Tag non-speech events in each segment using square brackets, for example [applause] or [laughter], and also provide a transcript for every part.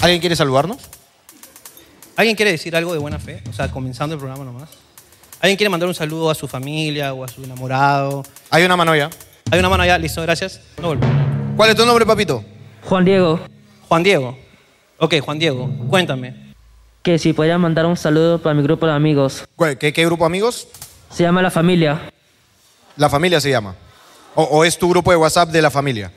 ¿Alguien quiere saludarnos? ¿Alguien quiere decir algo de buena fe? O sea, comenzando el programa nomás. ¿Alguien quiere mandar un saludo a su familia o a su enamorado? Hay una mano ya. Hay una mano allá, listo, gracias. No vuelvo. ¿Cuál es tu nombre, papito? Juan Diego, Juan Diego. Ok, Juan Diego, cuéntame. que si podría mandar un saludo para mi grupo de amigos. ¿Cuál- ¿Qué, qué grupo de amigos? Se llama La Familia. La familia se llama. O, o es tu grupo de WhatsApp de la familia.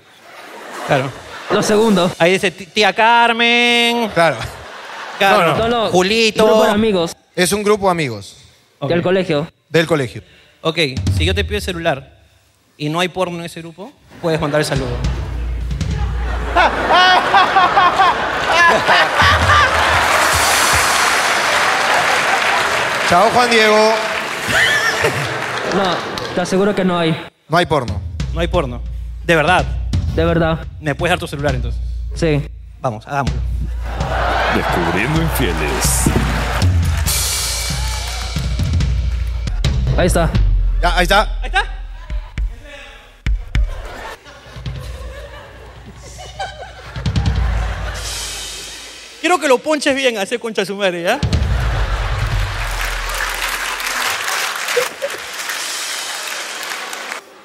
Claro. Lo segundo. Ahí dice "Ti- tía Carmen, Claro. [laughs] Carlos, No, no, Julito. Grupo de amigos Es un grupo de amigos Ok. del colegio. del colegio. Ok, si yo te pido el celular y no hay porno en ese grupo, puedes mandar el saludo. Chao, Juan Diego. No, te aseguro que no hay. No hay porno. No hay porno. De verdad. De verdad. Me puedes dar tu celular entonces. Sí. Vamos, hagámoslo. Descubriendo infieles. Ahí está. Ya, ahí está. Ahí está. Quiero que lo ponches bien, hace concha de su madre, ¿ya?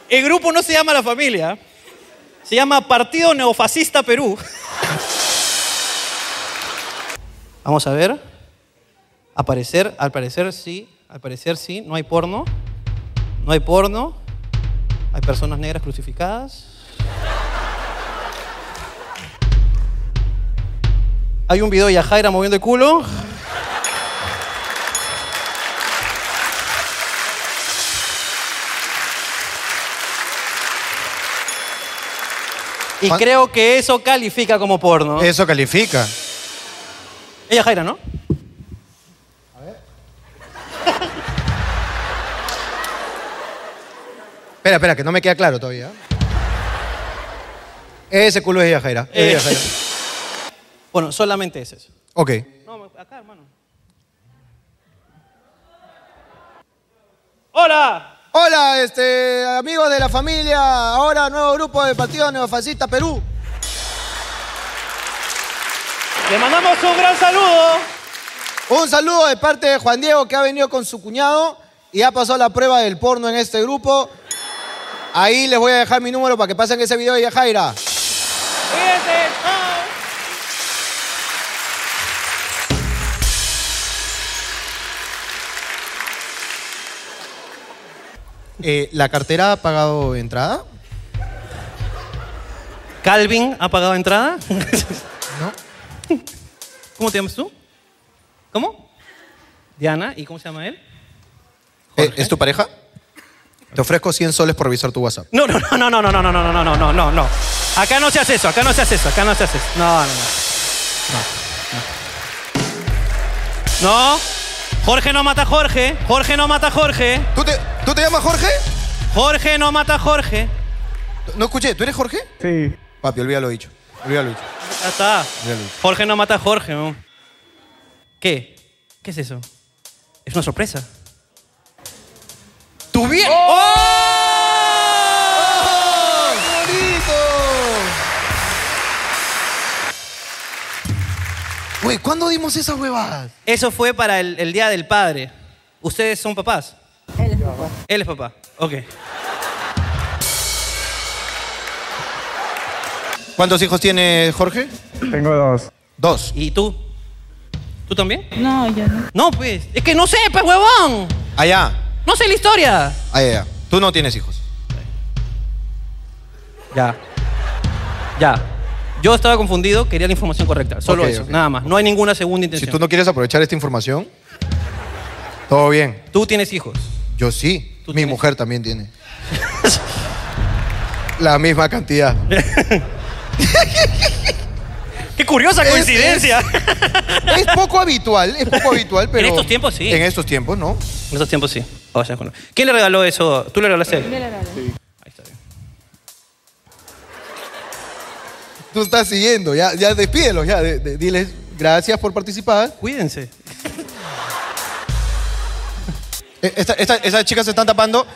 El grupo no se llama La Familia, se llama Partido Neofascista Perú. Vamos a ver. Aparecer, al parecer sí, al parecer sí, no hay porno. No hay porno. Hay personas negras crucificadas. Hay un video de Yajaira moviendo el culo. Y Juan- creo que eso califica como porno. Es Eso califica. Yajaira, ¿no? Espera, espera, que no me queda claro todavía. Ese culo es de Yajaira. Es de Eh. Yajaira. Bueno, solamente es eso. Ok. No, acá, hermano. ¡Hola! Hola, este, amigos de la familia, ahora nuevo grupo del Partido Neofascista Perú. Le mandamos un gran saludo. Un saludo de parte de Juan Diego que ha venido con su cuñado y ha pasado la prueba del porno en este grupo. Ahí les voy a dejar mi número para que pasen ese video de Yajaira. Cuídense. Chao. Eh, ¿La cartera ha pagado entrada? Calvin ha pagado entrada. No. ¿Cómo te llamas tú? ¿Cómo? Diana. ¿Y cómo se llama él? Eh, ¿Es tu pareja? Te ofrezco 100 soles por revisar tu WhatsApp. No, no, no, no, no, no, no, no, no, no, no, no, no, no. Acá no se hace eso, acá no se hace eso, acá no se hace eso. No, no, no. No. No. Jorge no mata a Jorge. Jorge no mata a Jorge. ¿Tú te, ¿Tú te llamas Jorge? Jorge no mata a Jorge. No escuché, ¿tú eres Jorge? Sí. Papi, olvídalo dicho. Olvídalo dicho. Ya está. Ya lo hice. Jorge no mata a Jorge. ¿no? ¿Qué? ¿Qué es eso? Es una sorpresa. ¡Tu bien! ¡Oh! Güey, ¿cuándo dimos esas huevadas? Eso fue para el, el Día del Padre. ¿Ustedes son papás? Él es papá. Él es papá. Ok. ¿Cuántos hijos tiene Jorge? Tengo dos. Dos. ¿Y tú? ¿Tú también? No, yo no. No, pues. Es que no sé, pues, huevón. Allá. No sé la historia. Allá, allá. Tú no tienes hijos. Ya. Ya. Yo estaba confundido, quería la información correcta. Solo Ok, eso, ok. nada más. No hay ninguna segunda intención. Si tú no quieres aprovechar esta información, todo bien. Tú tienes hijos. Yo sí. Tú Mi tienes- mujer también tiene. La misma cantidad. ¡Qué curiosa Es- coincidencia! Es poco habitual, es poco habitual, pero. estos tiempos sí. En estos tiempos, ¿no? En esos tiempos sí. O sea, bueno. ¿Quién le regaló eso? ¿Tú le regalaste? a él? Me la regaló. Ahí está bien. Tú estás siguiendo, ya, ya despídelos, ya. de- de- diles gracias por participar. Cuídense. Eh, esta- esta- esas chicas se están tapando.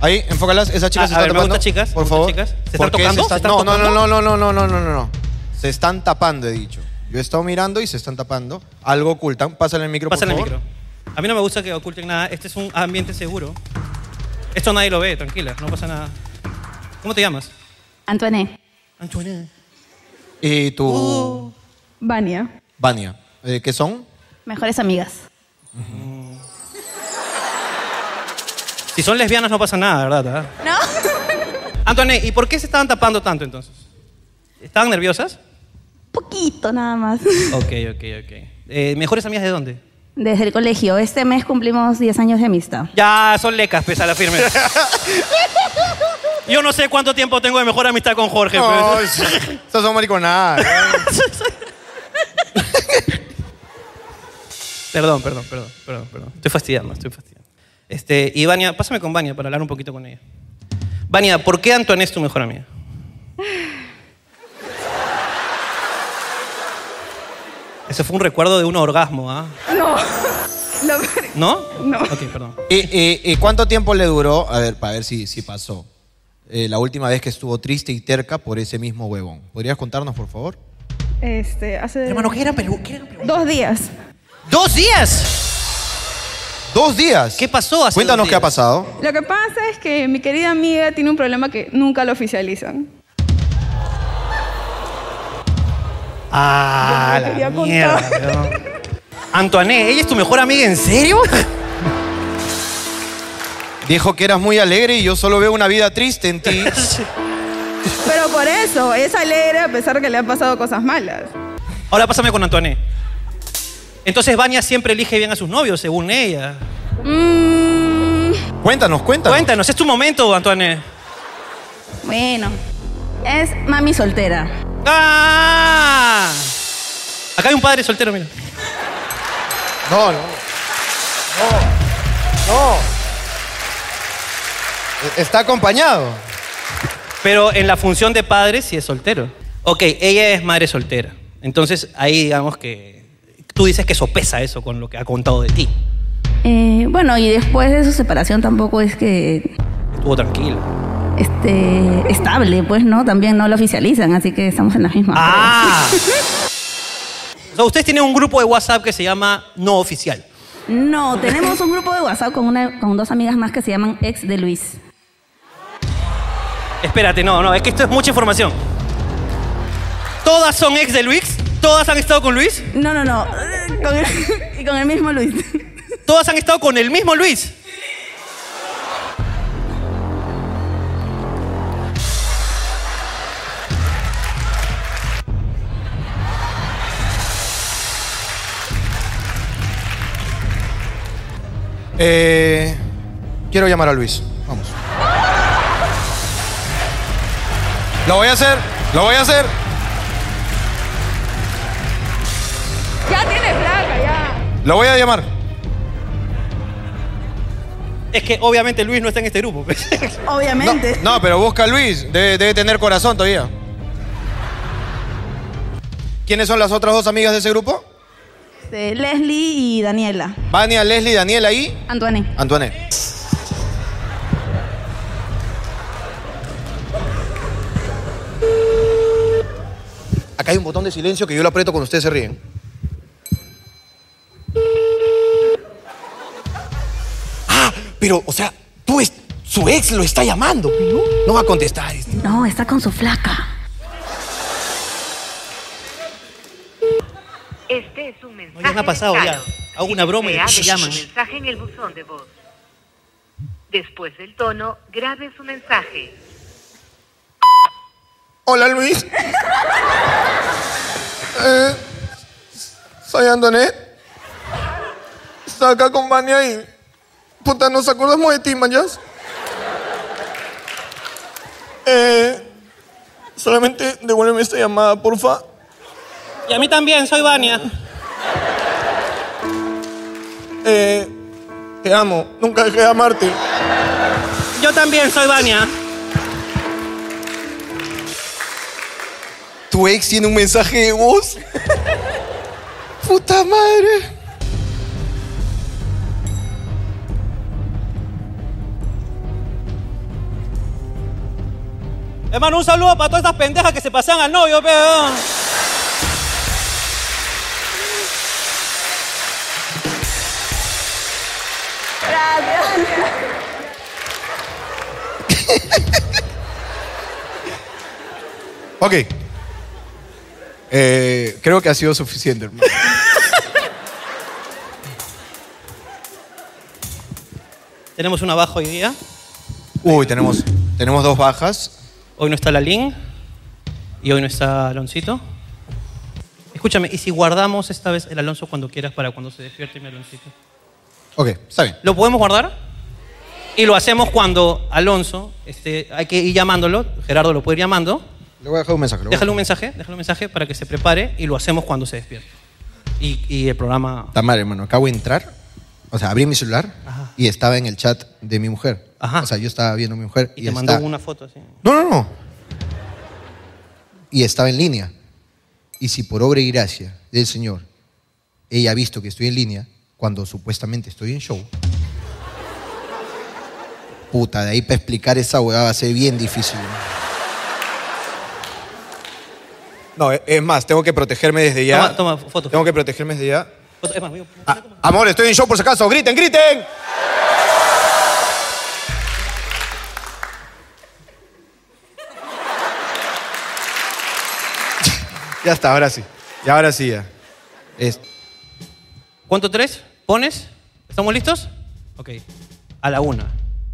Ahí, enfócalas. Esas chicas Ah, se a están ver, me tapando. gustan chicas, Por me favor. gustan chicas. ¿Se ¿Por están qué tocando? están- ¿Se están no, no, tocando? no, no, no, no, no, no, no. Se están tapando, he dicho. Yo he estado mirando y se están tapando. Algo ocultan. Pásale el micro, Pásale el por micro. favor. A mí no me gusta que oculten nada. Este es un ambiente seguro. Esto nadie lo ve, tranquila, no pasa nada. ¿Cómo te llamas? Antoine. Antoine. Y tu... Uh. Vania. Vania, eh, ¿qué son? Mejores amigas. Si son lesbianas no pasa nada, ¿verdad? ¿Ah? ¿No? Antoine, ¿y por qué se estaban tapando tanto entonces? ¿Estaban nerviosas? [laughs] Poquito nada [laughs] más. Ok, ok, ok. Eh, ¿Mejores amigas de dónde? Desde el colegio. Este mes cumplimos 10 años de amistad. Ya, son lecas, pesa la firme. Yo no sé cuánto tiempo tengo de mejor amistad con Jorge. pero- Ay, [laughs] sí, Esas son mariconadas. Perdón, perdón, perdón, perdón, perdón. Estoy fastidiando, estoy fastidiando. Este, y Vania, pásame con Vania para hablar un poquito con ella. Vania, ¿por qué Antoine es tu mejor amiga? Ese fue un recuerdo de un orgasmo, ¿ah? No. Lo ¿No? No. Ok, perdón. ¿Y, y, y Eh, cuánto tiempo le duró? A ver, para ver si, si pasó. Eh, la última vez que estuvo triste y terca por ese mismo huevón. ¿Podrías contarnos, por favor? Este, hace Hermano, ¿qué era Perú? ¿Qué era Perú? dos días. ¡Dos días! Dos días. ¿Qué pasó hace Cuéntanos dos qué ha días? pasado. Lo que pasa es que mi querida amiga tiene un problema que nunca lo oficializan. Ah, Yo no lo la quería mierda. contar. weón. Antoine, ¿ella es tu mejor amiga en [laughs] serio? Dijo que eras muy alegre y yo solo veo una vida triste en [laughs] ti. Pero por eso, es alegre a pesar de que le han pasado cosas malas. Ahora pásame con Antoine. Entonces Vania siempre elige bien a sus novios, según ella. [laughs] Mm, cuéntanos, cuéntanos. Cuéntanos, es tu momento, Antoine. bueno. Es mami soltera. ¡Ah! Acá hay un padre soltero, mira. No, no. No. No. E- Está acompañado. Pero en la función de padre sí es soltero. Ok, ella es madre soltera. Entonces ahí digamos que tú dices que sopesa eso con lo que ha contado de ti. Eh, bueno, y después de su separación tampoco es que Estuvo tranquila. este, estable, pues, ¿no? También no lo oficializan, así que estamos en la misma. ¡Ah! [laughs] O sea, ustedes tienen un grupo de WhatsApp que se llama No Oficial. No, tenemos un grupo de WhatsApp con, una, con dos amigas más que se llaman ex de Luis. Espérate, no, no, es que esto es mucha información. ¿Todas son ex de Luis? ¿Todas han estado con Luis? No, no, no. [laughs] Con el- y con el mismo Luis. ¿Todas han estado con el mismo Luis? Eh, quiero llamar a Luis. Vamos. Lo voy a hacer. Lo voy a hacer. Ya tiene placa, ya. Lo voy a llamar. Es que obviamente Luis no está en este grupo. pues. No, Obviamente. no, pero busca a Luis. Debe, debe tener corazón todavía. ¿Quiénes son las otras dos amigas de ese grupo? Este, eh, Leslie y Daniela. Vania, Leslie, Daniela y Antoine. Antoinette. Acá hay un botón de silencio que yo lo aprieto cuando ustedes se ríen. Ah, pero, o sea, tú es, su ex lo está llamando, ¿no? No va a contestar. este. No, está con su flaca. Este es un mensaje. ya me ha pasado, ya. dejado. Hago Si una broma y desea, después deje llaman. su mensaje en el buzón de voz. Después del tono, grabe su mensaje. Hola Luis. Eh, soy Antonet. Estoy acá con Vania y. Puta, nos acordamos de ti, Mayas. Eh, solamente devuélveme esta llamada, porfa. Y a mí también, soy Vania. Eh, te amo, nunca dejé de amarte. Yo también soy Vania. ¿Tu ex tiene un mensaje de [laughs] voz? Puta madre. Hermano, un saludo para todas estas pendejas que se pasan al novio, pero. Ok. Eh, creo que ha sido suficiente, hermano. Tenemos una baja hoy día. Uy, tenemos, tenemos dos bajas. Hoy no está Lalín y hoy no está Aloncito. Escúchame, ¿y si guardamos esta vez el Alonso cuando quieras para cuando se despierte mi Aloncito? Ok, está bien. ¿Lo podemos guardar? Y lo hacemos cuando Alonso, este, hay que ir llamándolo, Gerardo lo puede ir llamando. Le voy a dejar un mensaje. le voy a- Déjale un mensaje, déjale un mensaje para que se prepare y lo hacemos cuando se despierte. Y, y el programa... Está mal, hermano. Acabo de entrar, o sea, abrí mi celular Ajá. y estaba en el chat de mi mujer. Ajá. O sea, yo estaba viendo a mi mujer Y y, te está- mandó una foto así. No, no, no. Y estaba en línea. Y si por obra y gracia del Señor ella ha visto que estoy en línea, cuando supuestamente estoy en show, puta, de ahí para explicar esa huevada va a ser bien difícil. No, e- es más, tengo que protegerme desde ya. Toma- toma foto. Tengo que protegerme desde ya. Foto- es más, voy a- Ah, amor, estoy en show por si acaso. Griten, griten. ya está, ahora sí. Y ahora sí ya. Es- ¿Cuánto tres? ¿Pones? ¿Estamos listos? Ok. A la una,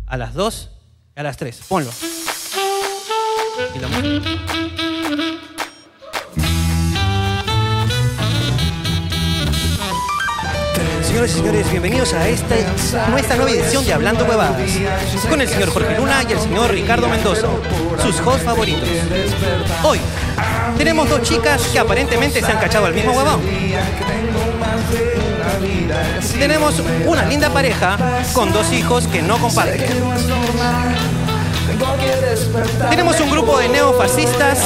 a las dos, a las tres. Ponlo. Y la música. Señoras y señores, bienvenidos a esta nuestra nueva edición de Hablando Huevadas con el señor Jorge Luna y el señor Ricardo Mendoza, sus hosts favoritos. Hoy tenemos dos chicas que aparentemente se han cachado al mismo huevón. Tenemos una linda pareja con dos hijos que no comparten. Tenemos un grupo de neofascistas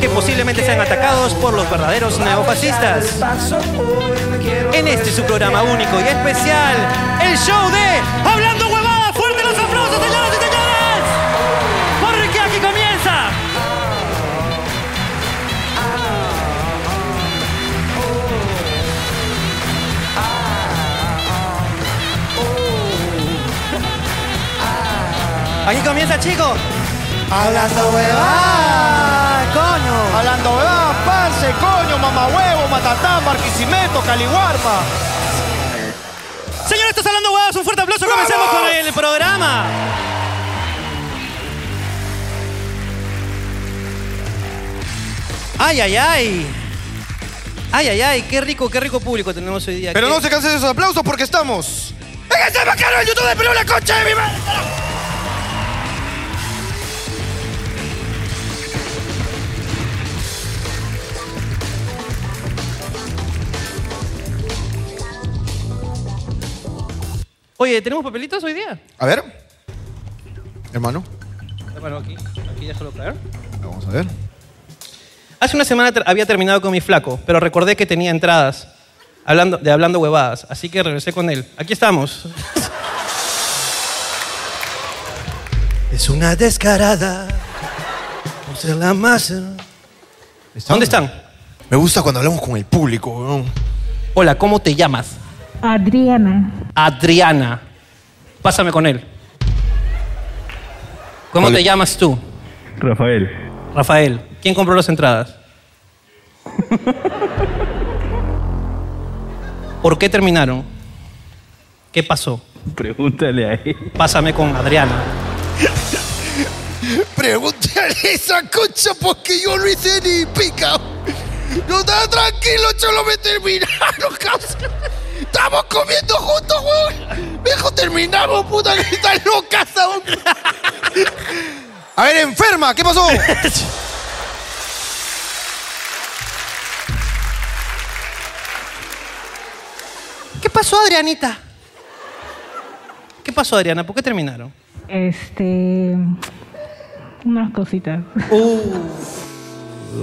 que posiblemente sean atacados por los verdaderos neofascistas. En este su programa único y especial, el show de Hablando Huevadas. Fuerte los aplausos, señoras y señores. Porque aquí comienza. Aquí comienza, chicos. Hablando huevada, coño. Hablando huevada, parce, coño, mamá huevo, matatán, marquisimeto, caliguarma. Señores, estás hablando huevadas. Un fuerte aplauso. Comencemos con el programa. Ay, ay, ay. Ay, ay, ay. Qué rico, qué rico público tenemos hoy día. Pero Qué- no se cansen de esos aplausos porque estamos. ¡En este bacano de YouTube de Perú, la concha de mi madre! Oye, ¿tenemos papelitos hoy día? A ver. Hermano, Bueno, aquí. Aquí déjalo caer. vamos a ver. Hace una semana ter- había terminado con mi flaco, pero recordé que tenía entradas hablando, de hablando huevadas, así que regresé con él. Aquí estamos. Es una descarada. Por ser la más. ¿Dónde están? Me gusta cuando hablamos con el público, weón. Hola, ¿cómo te llamas? Adriana. Adriana. Pásame con él. ¿Cómo Vale. te llamas tú? Rafael. Rafael. ¿Quién compró las entradas? ¿Por qué terminaron? ¿Qué pasó? Pregúntale a él. Pásame con Adriana. Pregúntale esa concha porque yo no hice ni pica. Yo estaba tranquilo, cholo, me terminaron, [laughs] causa. Estamos comiendo juntos, weón. Viejo, terminamos, puta, que está loca, weón. A ver, enferma, ¿qué pasó? ¿Qué pasó, Adrianita? ¿Qué pasó, Adriana? ¿Por qué terminaron? Este. Unas cositas. Uh.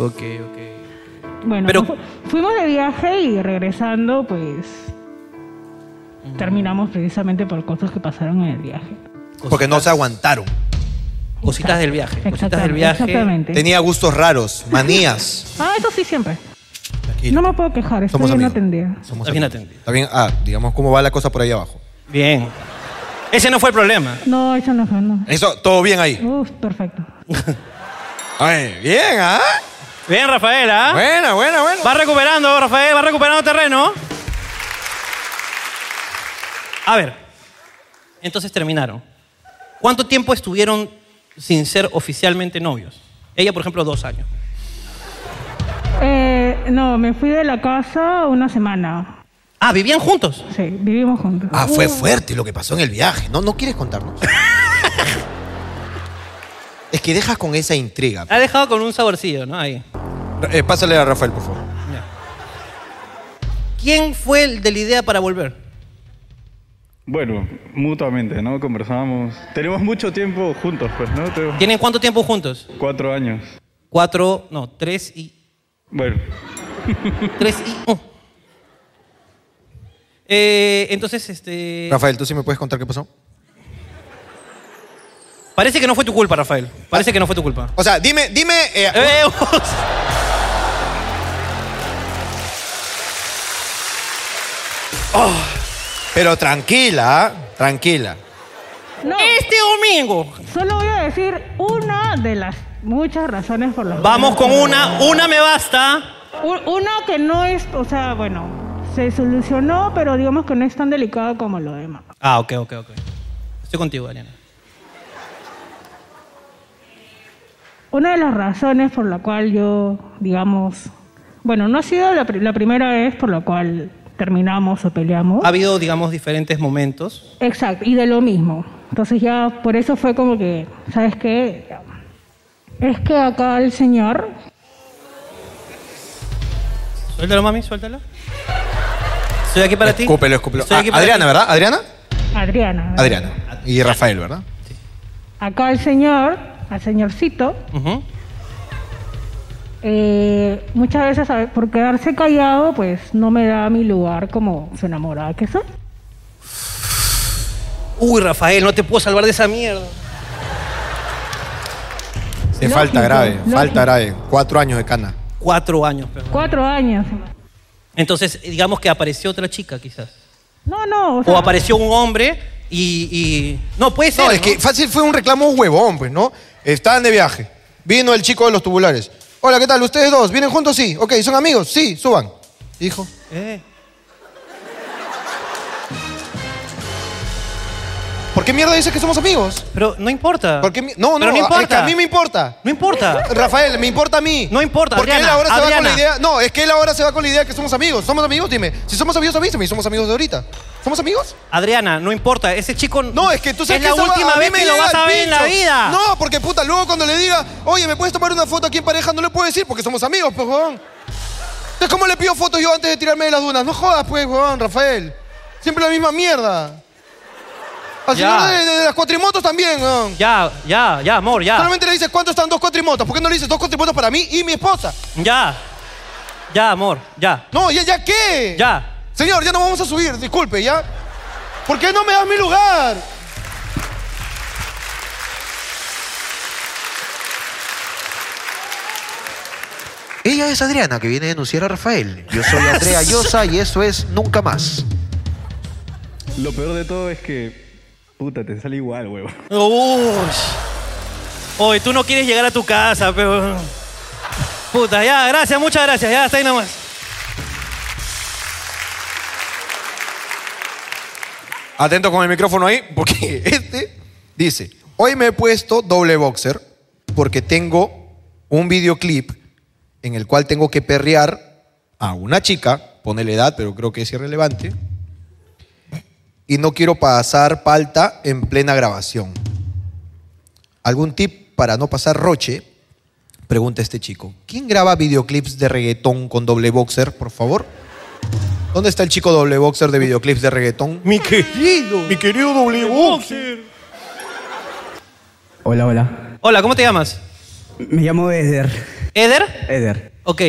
ok, ok. Bueno, Pero- fu- fuimos de viaje y regresando, pues. Terminamos precisamente por cosas que pasaron en el viaje. Porque no se aguantaron. Cositas del viaje. Cositas del Exactamente, viaje. Exactamente. Tenía gustos [laughs] raros, manías. Ah, eso sí, siempre. Tranquilo. No me puedo quejar, estoy Somos bien amigos. atendida. Somos Está bien amigos. atendida. Está bien, ah, digamos, ¿cómo va la cosa por ahí abajo? Bien. Ese no fue el problema. No, eso no fue, no. Eso, todo bien ahí. Uf, perfecto. Ay, bien, ¿ah? Bien, Rafael, ¿ah? Buena, buena, buena. Va recuperando, Rafael, va recuperando terreno. A ver, entonces terminaron. ¿Cuánto tiempo estuvieron sin ser oficialmente novios? Ella, por ejemplo, dos años. Eh, no, me fui de la casa una semana. Ah, vivían juntos. Sí, vivimos juntos. Ah, Uh. fue fuerte lo que pasó en el viaje. No, no quieres [laughs] contarnos. es que dejas con esa intriga. Ha dejado con un saborcillo, ¿no? Ahí. Eh, pásale a Rafael, por favor. ¿Quién fue el de la idea para volver? Bueno, mutuamente, ¿no? Conversamos. Tenemos mucho tiempo juntos, pues, ¿no? Tenemos ¿Tienen cuánto tiempo juntos? cuatro años. Cuatro, no, tres y. Bueno, Tres y. oh. Eh, entonces, este. Rafael, ¿tú sí me puedes contar qué pasó? Parece que no fue tu culpa, Rafael. Parece que no fue [laughs] tu culpa. O sea, dime, dime. eh, Eh, Pero tranquila, ¿ah? tranquila. No, este domingo. solo voy a decir una de las muchas razones por las Vamos con una, una me basta. U- Una que no es, o sea, bueno, se solucionó, pero digamos que no es tan delicado como lo demás. Ah, ok, ok, ok. Estoy contigo, Ariana. Una de las razones por la cual yo, digamos, bueno, no ha sido la, pri- la primera vez por la cual terminamos o peleamos. Ha habido, digamos, diferentes momentos. Exacto, y de lo mismo. Entonces ya por eso fue como que, ¿sabes qué? Es que acá el señor, Suéltalo, mami, suéltalo. Estoy aquí para ti. Escúpelo, escúpelo. Estoy Ah, aquí para Adriana, ti. ¿verdad? ¿Adriana? Adriana, Adriana. Y Rafael, ¿verdad? acá el señor, al señorcito, Ujú. eh, muchas veces a ver, por quedarse callado, pues no me da mi lugar como su enamorada que soy. Uy, Rafael, no te puedo salvar de esa mierda. Sí, falta Lógico, grave, lógico. falta grave. Cuatro años de cana. Cuatro años, perdón. Cuatro años. Entonces, digamos que apareció otra chica, quizás. No, no, o sea, O apareció un hombre y. y- No, puede ser. No, es que fácil fue un reclamo huevón, pues, ¿no? Estaban de viaje. Vino el chico de los tubulares. Hola, ¿qué tal? ¿Ustedes dos? ¿Vienen juntos? Sí. Ok, ¿son amigos? Sí, suban. Dijo. Eh, ¿Por qué mierda dices que somos amigos? pero no importa. ¿Por qué mi- No, no, Pero no a- es importa. que a mí me importa. No importa. Rafael, me importa a mí. No importa, Porque Adriana, él ahora se va con Adriana. la idea. No, es que él ahora se va con la idea de que somos amigos. ¿Somos amigos? Dime. Si somos amigos, avísame. ¿Somos amigos de ahorita? ¿Somos amigos? Adriana, no importa. Ese chico. No, es que tú sabes Es la que esa va- última a mí vez me que lo llega vas al a ver en la pincho. vida. No, porque puta, luego cuando le diga, oye, ¿me puedes tomar una foto aquí en pareja? No le puedo decir porque somos amigos, pues, huevón. Entonces, ¿cómo le pido fotos yo antes de tirarme de las dunas? No jodas, pues, huevón, Rafael. Siempre la misma mierda. Al Ya. señor de, de- de las cuatrimotos también, huevón. Ya, ya, ya, amor, ya. Solamente le dices, ¿cuánto están dos cuatrimotos? ¿Por qué no le dices dos cuatrimotos para mí y mi esposa? Ya. Ya, amor, ya. No, ¿ya, ya qué? Ya. Señor, ya no vamos a subir, disculpe, ¿ya? ¿Por qué no me das mi lugar? Ella es Adriana, que viene a denunciar a Rafael. Yo soy Andrea Llosa y esto es Nunca Más. lo peor de todo es que. Puta, te sale igual, huevo. Uy. Oye, tú no quieres llegar a tu casa, pero. Puta, ya, gracias, muchas gracias. Ya, hasta ahí nomás. Atento con el micrófono ahí, porque [laughs] este dice, hoy me he puesto doble boxer porque tengo un videoclip en el cual tengo que perrear a una chica, ponerle edad, pero creo que es irrelevante, y no quiero pasar palta en plena grabación. ¿Algún tip para no pasar roche? Pregunta este chico. ¿Quién graba videoclips de reggaetón con doble boxer, por favor? ¿Dónde está el chico doble boxer de videoclips de reggaetón? Mi querido. Mi querido W. Hola, hola. Hola, ¿cómo te llamas? Me llamo Eder. ¿Eder? Eder. Ok.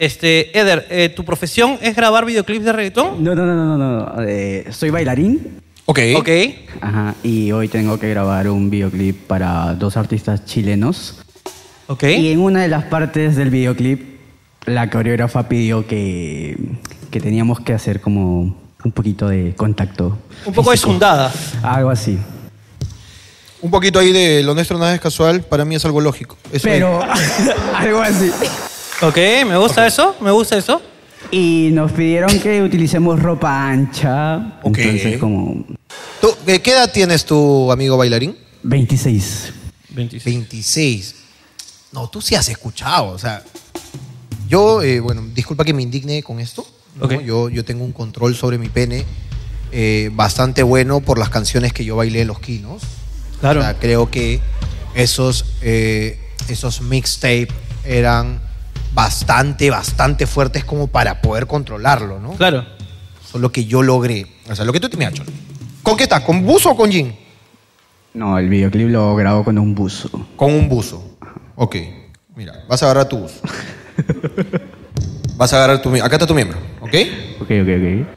Este, Eder, eh, ¿tu profesión es grabar videoclips de reggaetón? No, no, no, no, no. no. Eh, soy bailarín. Ok. Ok. Ajá. Y hoy tengo que grabar un videoclip para dos artistas chilenos. Ok. Y en una de las partes del videoclip, la coreógrafa pidió que, que teníamos que hacer como un poquito de contacto. Un poco físico. desundada. Algo así. Un poquito ahí de lo nuestro nada es casual, para mí es algo lógico. Eso Pero ahí. algo así. Ok, me gusta eso, me gusta eso. Y nos pidieron que utilicemos ropa ancha. Entonces, como ¿Tú, eh, ¿Qué edad tienes tu amigo bailarín? 26. 26. No, tú sí has escuchado. O sea, yo, eh, bueno, disculpa que me indigne con esto. ¿no? Yo, yo tengo un control sobre mi pene eh, bastante bueno por las canciones que yo bailé en los quinos. Claro. creo que esos, eh, esos mixtape eran bastante, bastante fuertes como para poder controlarlo, ¿no? Claro. Solo que yo logré. O sea, lo que tú te me has hecho. ¿Con qué estás? ¿Con buzo o con jean? No, el videoclip lo grabo con un buzo. Con un buzo. Ok. Mira, vas a agarrar tu buzo. vas a agarrar tu miembro. Acá está tu miembro, ¿ok? Ok, ok, ok.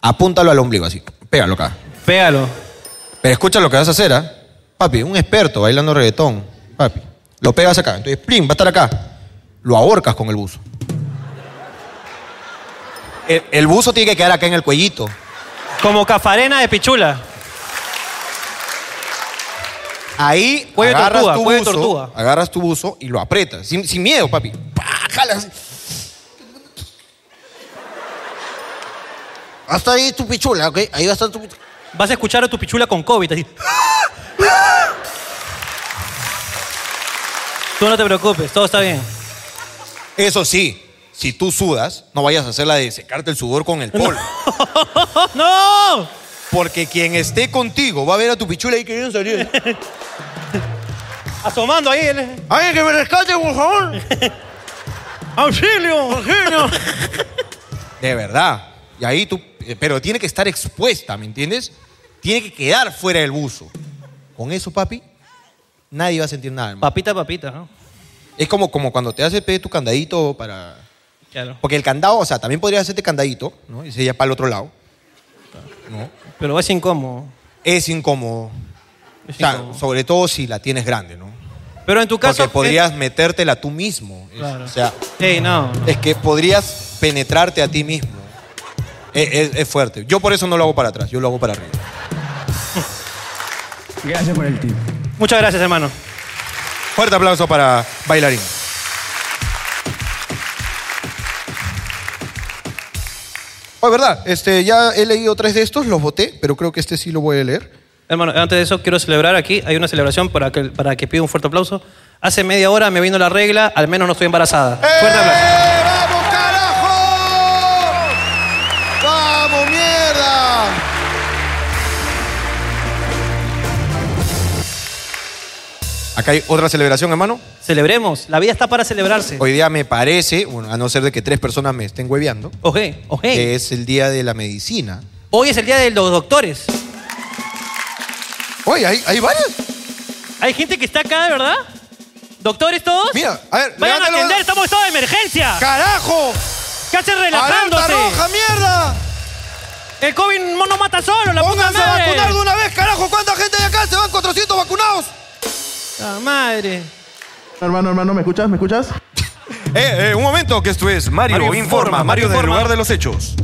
Apúntalo al ombligo así. Pégalo acá. Pégalo. Pero escucha lo que vas a hacer, ¿ah? Papi, un experto bailando reggaetón. Papi. Lo pegas acá. Entonces, plim, va a estar acá. Lo ahorcas con el buzo. El, el buzo tiene que quedar acá en el cuellito. Como cafarena de pichula. Ahí Cuello de agarras tortuga, tu cuello de buzo, tortuga. agarras tu buzo y lo aprietas. Sin, sin miedo, papi. Pa, jalas. Hasta ahí tu pichula, ¿ok? Ahí va a estar tu pichula. Vas a escuchar a tu pichula con COVID. así. Tú no te preocupes, todo está bien. Eso sí, si tú sudas, no vayas a hacer la de secarte el sudor con el polvo. ¡Oh, ¡No! Porque quien esté contigo va a ver a tu pichula ahí queriendo salir. [laughs] Asomando ahí. eh. El... ¡Ay, que me rescate, por favor! ¡Auxilio, auxilio! De verdad. Y ahí tú. eh, Pero tiene que estar expuesta, ¿me entiendes? Tiene que quedar fuera del buzo. Con eso, papi, nadie va a sentir nada. hermano. [laughs] Papita, papita, ¿no? Es como, como cuando te hace pe, tu candadito para. Claro. Porque el candado, o sea, también podría hacerte candadito, ¿no? Y sería para el otro lado. Pero es incómodo. Es incómodo. O sea, sobre todo si la tienes grande, ¿no? Pero en tu caso. Porque podrías metértela tú mismo. Claro. O sea, Ey, no. es que podrías penetrarte a ti mismo. Es, es- es fuerte. Yo por eso no lo hago para atrás, yo lo hago para arriba. Gracias por el tip. Muchas gracias, hermano. Fuerte aplauso para Bailarín. Oh, es verdad, este, ya he leído tres de estos, los voté, pero creo que este sí lo voy a leer. Hermano, antes de eso quiero celebrar aquí. Hay una celebración para que, para que pida un fuerte aplauso. Hace media hora me vino la regla, al menos no estoy embarazada. ¡Eh! Fuerte aplauso. ¡Vamos, carajo! ¡Vamos, mierda! Acá hay otra celebración, hermano. Celebremos. La vida está para celebrarse. Hoy día me parece, bueno, a no ser de que tres personas me estén hueveando, Oje, oje. que es el día de la medicina. Hoy es el día de los doctores. Oye, hay, hay varios. Hay gente que está acá, de verdad. ¿Doctores todos? Mira, a ver, Vayan a levántalo. atender, estamos en estado de emergencia. ¡Carajo! ¿Qué hacen ¡Alerta relajándose? roja, mierda! El COVID no mata solo, la ¡Pónganse puta a madre. vacunar de una vez, carajo! ¿Cuánta gente hay acá? ¡Se van 400 vacunados! La madre. Hermano, hermano, ¿me escuchas? ¿Me escuchas? Eh, eh, un momento, que esto es Mario, Mario informa, Mario del informa. lugar de los hechos.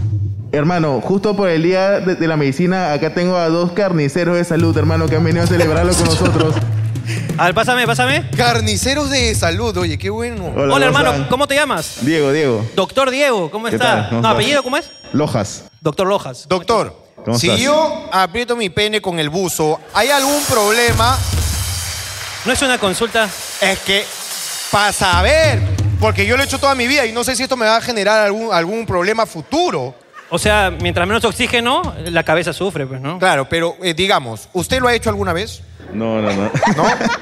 Hermano, justo por el día de, de la medicina, acá tengo a dos carniceros de salud, hermano, que han venido a celebrarlo con nosotros. A ver, pásame, pásame. Carniceros de salud, oye, qué bueno. Hola, Hola, ¿cómo hermano, están? ¿cómo te llamas? Diego, Diego. Doctor Diego, ¿cómo ¿Qué está? tal? ¿Cómo No, estás? apellido, ¿cómo es? Lojas. Doctor Lojas. Doctor, ¿Cómo si estás? yo aprieto mi pene con el buzo, ¿hay algún problema? No es una consulta. Es que, para saber, porque yo lo he hecho toda mi vida y no sé si esto me va a generar algún, algún problema futuro. O sea, mientras menos oxígeno, la cabeza sufre, pues, ¿no? Claro, pero eh, digamos, ¿usted lo ha hecho alguna vez? No, no, no.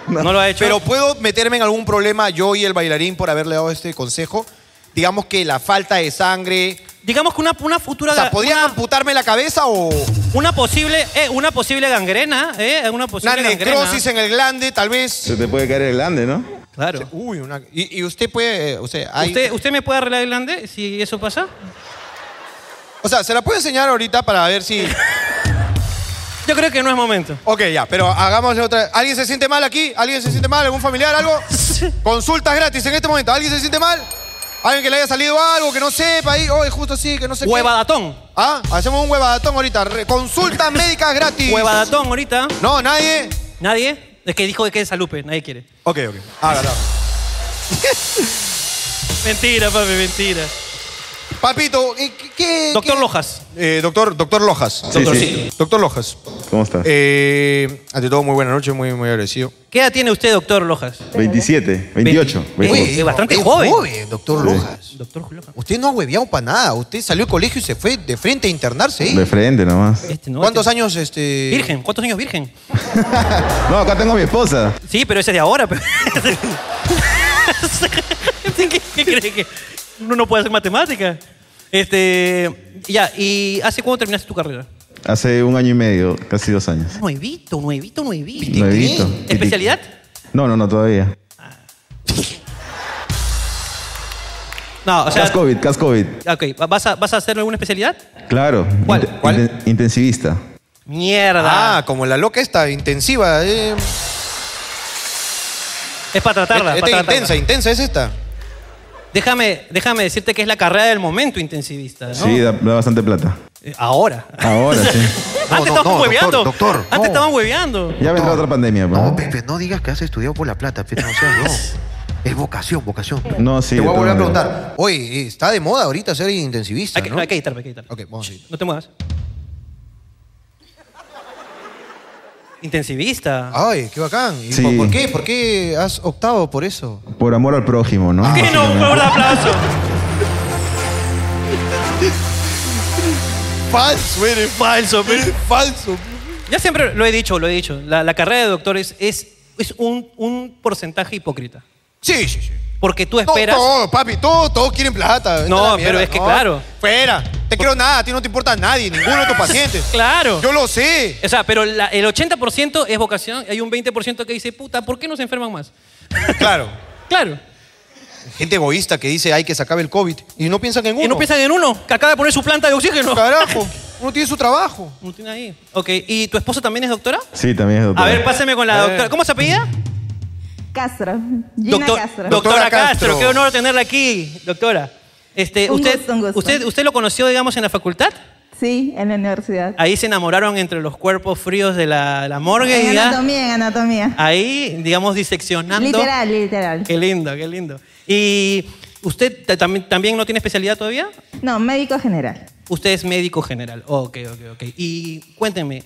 ¿No? No, lo ha hecho. Pero puedo meterme en algún problema yo y el bailarín por haberle dado este consejo. Digamos que la falta de sangre. Digamos que una, una futura. O sea, ¿podrían amputarme la cabeza o Una posible, eh, una posible gangrena, ¿eh? Una posible una necrosis gangrena. en el glande, tal vez? Se te puede caer el glande, ¿no? Claro. Uy, una. Y, y usted puede. eh, O sea, hay- ¿Usted, ¿Usted me puede arreglar el glande si eso pasa? o sea, se la puedo enseñar ahorita para ver [laughs] si. Yo creo que no es momento. Ok, ya, pero hagámosle otra. ¿Alguien se siente mal aquí? ¿Alguien se siente mal? ¿Algún familiar? [laughs] ¿Algo? Consultas gratis en este momento. ¿Alguien se siente mal? ¿Alguien que le haya salido algo que no sepa ahí? Oye, justo así, que no sé qué. Huevadatón. ¿Ah? Hacemos un huevadatón ahorita. Re- [coughs] Consultas médicas gratis. Huevadatón ahorita. No, nadie. ¿Nadie? Es que dijo que es Salupe, nadie quiere. Ok, ok. Hágalo. Mentira, papi, mentira. Papito, ¿y qué- qué? Doctor Lojas. Eh, doctor, doctor Lojas. Sí, Ah. sí. Doctor Lojas. ¿Cómo estás? Eh, ante todo, muy buena noche, muy, muy agradecido. ¿Qué edad tiene usted, doctor Lojas? 27, 28. Es bastante joven. doctor Lojas. Doctor Lojas. Usted no ha hueveado para nada. Usted salió del colegio y se fue de frente a internarse. ¿eh? De frente nomás. Este, no, ¿Cuántos este- años este? Virgen, ¿cuántos años virgen? No, acá tengo a mi esposa. Sí, pero ese es de ahora. pe. [laughs] ¿Qué, qué crees que uno no puede hacer matemática? Este, ya, ¿y hace cuándo terminaste tu carrera? Hace un año y medio, casi dos años. Nuevito, nuevito, nuevito. Nuevito. ¿Especialidad? No, no, no, todavía. No, o sea, Cas COVID, cas COVID. ok, ¿vas a, vas a hacer alguna especialidad? Claro. ¿Cuál? Inten- inten- intensivista. Mierda. Ah, como la loca esta, intensiva. eh. es para tratarla. Esta para es tratarla. intensa, intensa es esta. Déjame, déjame decirte que es la carrera del momento intensivista, ¿no? Sí, da, da bastante plata. Eh, Ahora. Ahora, sí. [laughs] Antes no, estaban no, hueveando. doctor, doctor, Antes no. estaban hueveando. Ya vendrá otra pandemia, pues. No, Pepe, no digas que has estudiado por la plata, Pepe. No seas [laughs] no. Es vocación, vocación. No, sí. Te voy a de volver a todas maneras. preguntar. Oye, eh, está de moda ahorita ser intensivista, Hay que, ¿no? no, hay que editarlo, hay que editarlo. Ok, vamos a ir. No te muevas. Intensivista. Ay, qué bacán. ¿Y Sí. por- ¿Por qué? ¿Por qué has optado por eso? Por amor al prójimo, ¿no? ¿Qué no? Un fuerte aplauso. Falso, eres falso, eres falso. Ya siempre lo he dicho, lo he dicho. La, la carrera de doctor es, es, es un, un porcentaje hipócrita. Sí, sí, sí. Porque tú No, esperas. todo, papi, todo, todos quieren plata. Vete No, a la mierda, pero es que no. claro. Fuera. Te quiero nada, a ti no te importa nadie, ninguno de tus pacientes. [laughs] Claro. Yo lo [laughs] sé. O sea, pero la- el 80% es vocación y hay un 20% que dice, puta, ¿por qué no se enferman más? Claro. Claro. Gente egoísta que dice hay que se acabe el COVID y no piensan en uno. Y no piensan en uno, que acaba de poner su planta de [laughs] oxígeno. Carajo, uno tiene su trabajo. No tiene ahí. Ok, ¿y tu esposa también es doctora? Sí, pues. también es doctor. A ver, pásame con la doctora. ¿Cómo se apellida? Castro. Gina Doctor- Castro. Doctora Doctora Castro. Castro. qué honor tenerla aquí, doctora. Este, Un usted, gusto, un gusto. usted, usted lo conoció, digamos, en la facultad. Sí, en la universidad. Ahí se enamoraron entre los cuerpos fríos de la, la morgue. y En ya- anatomía, en anatomía. ahí, digamos, diseccionando. Literal, literal. Qué lindo, qué lindo. ¿Y usted ta- también, también no tiene especialidad todavía? No, médico general. Usted es médico general. Ok, ok, ok. Y cuéntenme,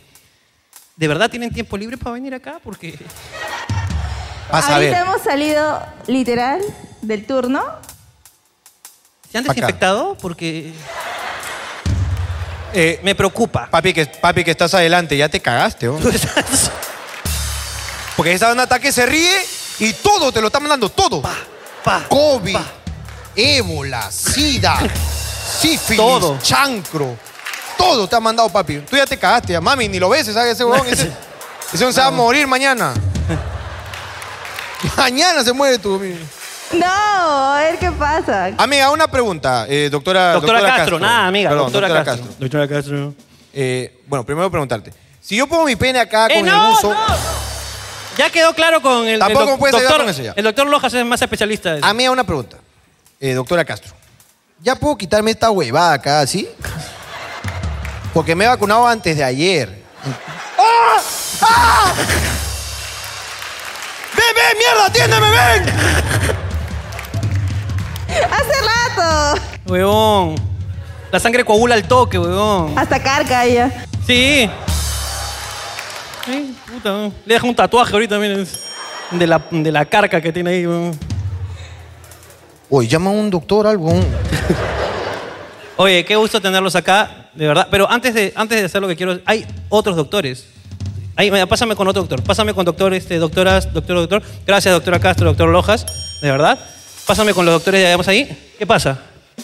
¿de verdad tienen tiempo libre para venir acá? Porque Vas a Ahorita ver. hemos salido literal del turno. se han Acá. desinfectado porque Eh, me preocupa. papi, que, papi, que estás adelante, ya te cagaste. ¿oh? [laughs] Porque esa un ataque se ríe y todo te lo está mandando, todo. Pa. COVID, ébola, sida, sífilis, Todo. chancro. Todo te ha mandado, papi. Tú ya te cagaste, ya. mami, ni lo ves, ¿sabes? Ese huevón, [laughs] ese, ese huevón se va a morir mañana. mañana se muere tú, mi- No, a ver qué pasa. Amiga, una pregunta, eh, doctora, Doctora Castro, nada, amiga, Perdón, doctora Castro. Doctora Castro. Eh, bueno, primero preguntarte. Si yo pongo mi pene acá ¡Eh, Ah, con no, el buzo, no! Ya quedó claro con el, el Tampoco puedes ayudar doctor. con eso ya. El doctor Lojas es más especialista. de eso. a mí hay una pregunta, eh, doctora Castro. ¿Ya puedo quitarme esta huevada acá así? Porque me he vacunado antes de ayer. ¡Ah! ¡Ah! ¡Ven, ven, mierda, atiéndeme, ven! Hace rato. Huevón. La sangre coagula al toque, huevón. Hasta carga ella. Sí. Ay, puta, weón. Le dejo un tatuaje ahorita, miren. De la, de la carca que tiene ahí, weón. Oye, llama a un doctor algo. un- Oye, qué gusto tenerlos acá, de verdad. Pero antes de, antes de hacer lo que quiero, hay otros doctores. Ahí, mira, pásame con otro doctor. Pásame con doctor, este, doctoras, doctor, doctor. Gracias, doctora Castro, doctor Lojas, de verdad. Pásame con los doctores de digamos, ahí. ¿Qué pasa?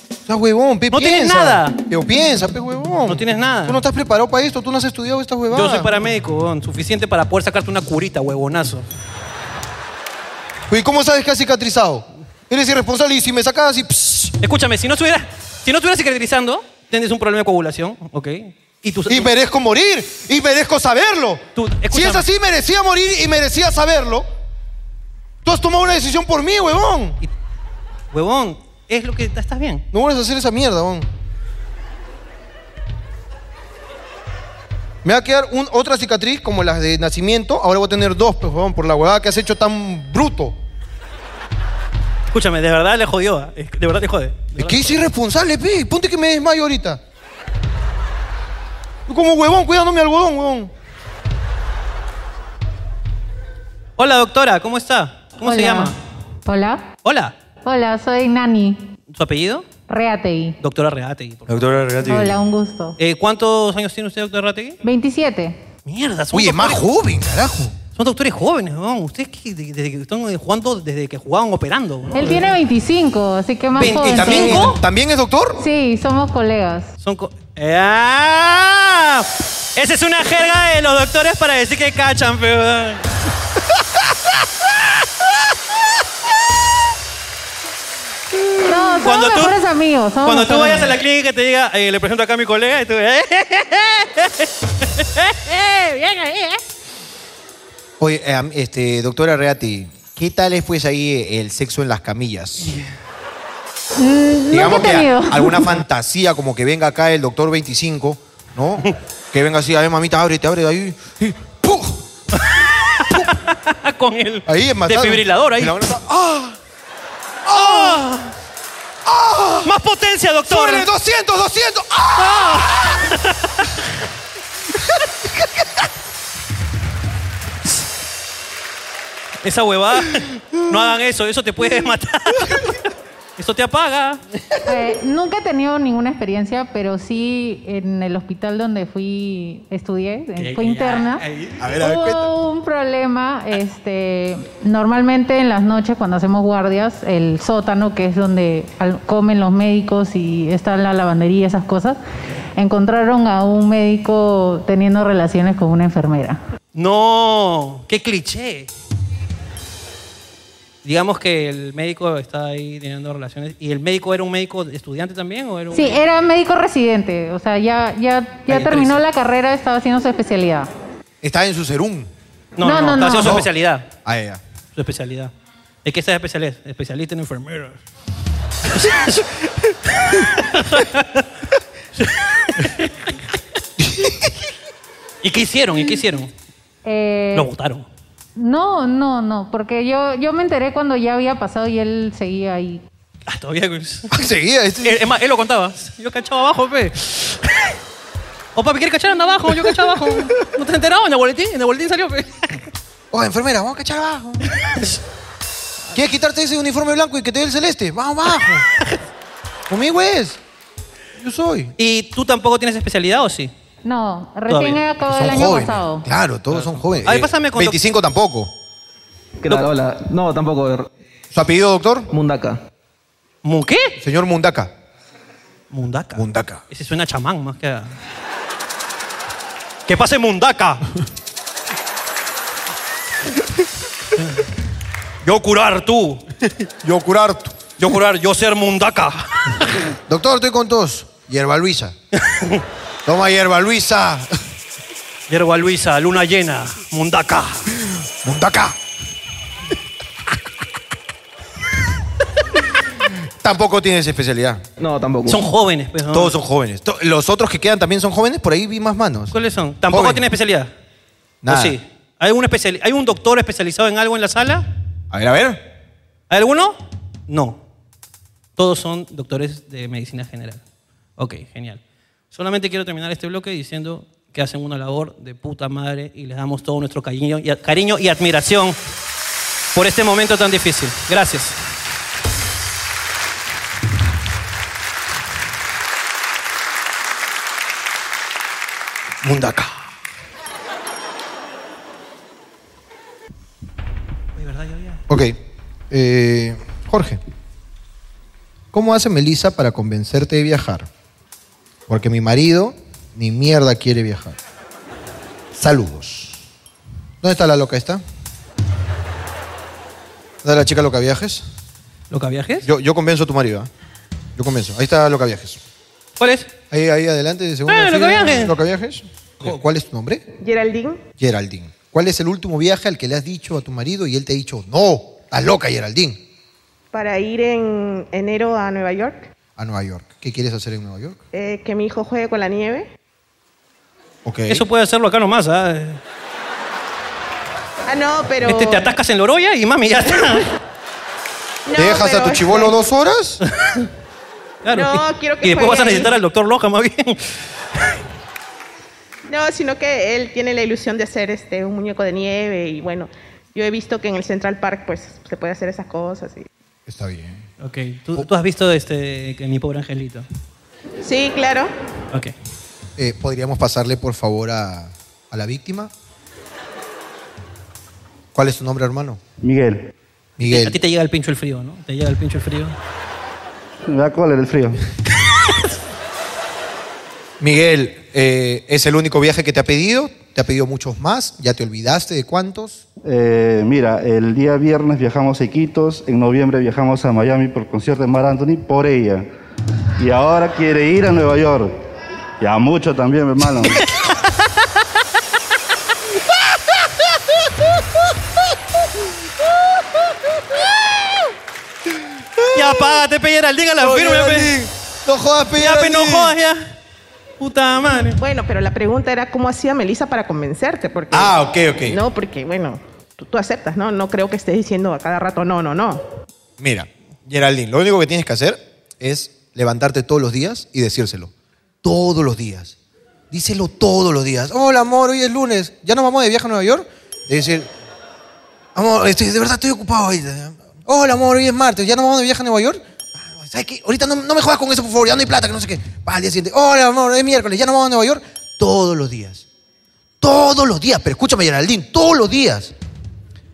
Está huevón, pe, No tienes piensa. nada. Pero piensa, pe, huevón. No tienes Tú nada. no estás preparado para esto, tú no has estudiado esta huevada. Yo soy paramédico, weón, suficiente para poder sacarte una curita, huevonazo. ¿Y cómo sabes que has cicatrizado? Eres irresponsable y si me sacas así, pss, Escúchame, si no estuviera, si no estuvieras cicatrizando, tendrías un problema de coagulación, ¿ok? Y tus, y merezco morir, y merezco saberlo. Tú, si escúchame. es así, merecía morir y merecía saberlo. Tú has tomado una decisión por mí, huevón. Huevón, es lo que estás bien. No vuelves a hacer esa mierda, huevón. Me va a quedar un- otra cicatriz como las de nacimiento. Ahora voy a tener dos, pues, huevón, por la huevada que has hecho tan bruto. Escúchame, de verdad le jodió. ¿ah? Es- De verdad te jode. ¿Qué es irresponsable, pe? Ponte que me desmayo ahorita. Yo Como huevón, cuidando mi algodón, huevón. Hola, doctora, ¿cómo está? ¿Cómo se Hola. llama? Hola. Hola. Hola, soy Nani ¿Su apellido? Reategui. Doctora Reategui. Doctora Regati. Hola, un gusto. Eh, ¿Cuántos años tiene usted, doctora Reategui? 27. Mierda, son Oye, más joven, carajo. Son doctores jóvenes, ¿no? Ustedes que de- desde que están eh, jugando, desde que jugaban operando. ¿no? Él tiene 25, así que más joven. todavía. ¿También es doctor? Sí, somos colegas. Son co- ¡Ah! Esa es una jerga de los doctores para decir que cachan, peón. No, somos Cuando tú- mejores amigos. somos Cuando tú mejores vayas a la clínica y te diga, eh, le presento acá a mi colega, y tú, ¿eh? [laughs] Bien ahí, ¿eh? Oye, eh, am- este, doctora Reati, ¿qué tal es pues ahí eh, el sexo en las camillas? Mm, Digamos nunca que he tenido. a- [laughs] alguna fantasía, como que venga acá el doctor 25, ¿no? que venga así, a ver, mamita, ábrete, ábrete ahí. Y ¡puf! Con el Ahí es matado. Desfibrilador ahí. Y la otra- ¡Ah! ¡Ah! ¡Más potencia, doctor! ¡Súbele, 200, 200! ¡Ah! Ah. Esa huevada. No hagan eso, eso te [laughs] puede matar. Eso te apaga. Eh, nunca he tenido ninguna experiencia, pero sí en el hospital donde fui, estudié, eh, fue interna. A ver, a ver, Hubo cuéntame. un problema, este, normalmente en las noches cuando hacemos guardias, el sótano que es donde al- comen los médicos y está la lavandería, y esas cosas, encontraron a un médico teniendo relaciones con una enfermera. No, qué cliché. Digamos que el médico está ahí teniendo relaciones. ¿Y el médico era un médico estudiante también? O era un Sí, era médico residente, o sea, ya, ya, ya Ahí, terminó la carrera, estaba haciendo su especialidad. Está en su serum. No, no, no, está haciendo su especialidad. Ah, [laughs] ya. Su especialidad. Es que esa es especialidad. Especialista en [laughs] enfermeros. ¿Y qué hicieron? ¿Y qué hicieron? Eh, Lo votaron. No, no, no, porque yo, yo me enteré cuando ya había pasado y él seguía ahí. Ah, todavía. Seguía. este. Es más, él lo contaba. Yo cachaba abajo, pe. O papi, ¿quieres cachar? Anda abajo. Yo cachaba abajo. ¿No te has enterado? En el boletín, en el boletín salió, pe. Oh, enfermera, vamos a cachar abajo. [laughs] ¿Quieres quitarte ese uniforme blanco y que te dé el celeste? Vamos abajo. [laughs] Conmigo es. Yo soy. ¿Y tú tampoco tienes especialidad o sí? No, recién Todavía. Pues acabó Son el año jóvenes. pasado. Claro, todos son jóvenes. A ver, Eh, pásame con doc- 25 tampoco. ¿Qué tal? Hola. No, tampoco. ¿Su apellido, doctor? Mundaka. ¿Qué? Señor Mundaka. Mundaka. Mundaka. Ese suena a chamán más que a... ¡Que pase Mundaka! yo curar tú. yo curar tú. Yo curar, yo ser Mundaka. Doctor, estoy con tos. Hierba [laughs] Luisa. Toma hierba Luisa. Yerba Luisa, luna llena, Mundaka. [laughs] Mundaka. Tampoco tienes especialidad. No, tampoco. Son jóvenes, pues, ¿no? Todos son jóvenes. To- Los otros que quedan también son jóvenes, por ahí vi más manos. ¿Cuáles son? ¿Tampoco Jóvenes. tiene especialidad? Nada. ¿O sí? ¿Hay un, especiali- ¿Hay un doctor especializado en algo en la sala? A ver, a ver. ¿Hay alguno? No. Todos son doctores de medicina general. Ok, genial. Solamente quiero terminar este bloque diciendo que hacen una labor de puta madre y les damos todo nuestro cariño y, cariño y admiración por este momento tan difícil. Gracias. Mundaka. Ok. Eh, Jorge, ¿cómo hace Melissa para convencerte de viajar? Porque mi marido ni mierda quiere viajar. Saludos. ¿Dónde está la loca esta? ¿Dónde está la chica loca viajes? ¿Loca viajes? Yo, yo convenzo a tu marido. ¿ah? Yo convenzo. Ahí está loca viajes. ¿Cuál es? Ahí, ahí adelante, de segundo. Ah, Loca Viajes. Loca viajes. Jo- ¿Cuál es tu nombre? Geraldine, Geraldine. ¿Cuál es el último viaje al que le has dicho a tu marido y él te ha dicho, no, estás loca, Geraldine, para ir en enero a Nueva York, a Nueva York? ¿Qué quieres hacer en Nueva York? eh, que mi hijo juegue con la nieve. Eso puede hacerlo acá nomás. ¿ah? Ah, no, pero. Este, te atascas en la orolla y mami, ya está. [laughs] ¿Dejas a tu chivolo [laughs] dos horas? Claro. No, quiero que y después vas juegue a ahí. necesitar al doctor Loja, más bien. [laughs] No, sino que él tiene la ilusión de hacer este un muñeco de nieve y bueno, yo he visto que en el Central Park pues se puede hacer esas cosas. y- Está bien. Ok, Oh. ¿tú, tú has visto este, que mi pobre angelito. Sí, claro. Ok. Eh, ¿Podríamos pasarle, por favor, a, a la víctima? ¿Cuál es tu nombre, hermano? Miguel, Miguel. A ti te llega el pincho el frío, ¿no? Te llega el pincho el frío. me da cólera el frío. Miguel, eh, ¿es el único viaje que te ha pedido? ¿Te ha pedido muchos más? ¿Ya te olvidaste de cuántos? Eh, mira, el día viernes viajamos a Iquitos, en noviembre viajamos a Miami por el concierto de Mar Anthony por ella. Y ahora quiere ir a Nueva York. Ya mucho también, mi hermano. Ya apágate, Pelleral, dígala, No, firme, Geraldine, pe. No jodas, Ya, pe, no jodas, ya. Puta madre. Bueno, pero la pregunta era cómo hacía Melissa para convencerte, porque. Ah, ok, ok. No, porque bueno, tú, tú aceptas, ¿no? No creo que estés diciendo a cada rato no, no, no. Mira, Geraldine, lo único que tienes que hacer es levantarte todos los días y decírselo. Todos los días. Díselo todos los días. Hola, amor, hoy es lunes. ¿Ya nos vamos de viaje a Nueva York? Es decir, amor, estoy, de verdad estoy ocupado ahorita. Hola, amor, hoy es martes. ¿Ya nos vamos de viaje a Nueva York? Ah, ¿Sabes qué? Ahorita no, no me jodas con eso, por favor. Ya no hay plata, que no sé qué. Va, al día siguiente. Hola, amor, es miércoles. ¿Ya nos vamos a Nueva York? Todos los días. Todos los días. Pero escúchame, Geraldine, todos los días.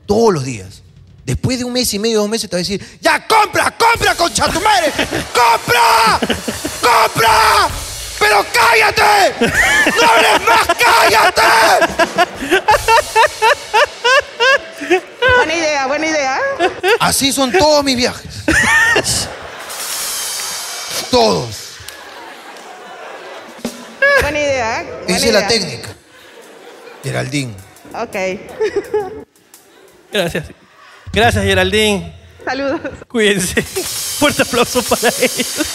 Todos los días. Después de un mes y medio, dos meses, te va a decir, ¡ya compra, compra, concha tu madre! ¡Compra! ¡Compra! ¡Pero cállate! ¡No hables más, cállate! Buena idea, buena idea. Así son todos mis viajes. Todos. Buena [laughs] idea. buena Esa es la idea. técnica. Geraldine. Ok. Gracias. Gracias, Geraldine. Saludos. Cuídense. [laughs] Fuerte aplauso para ellos.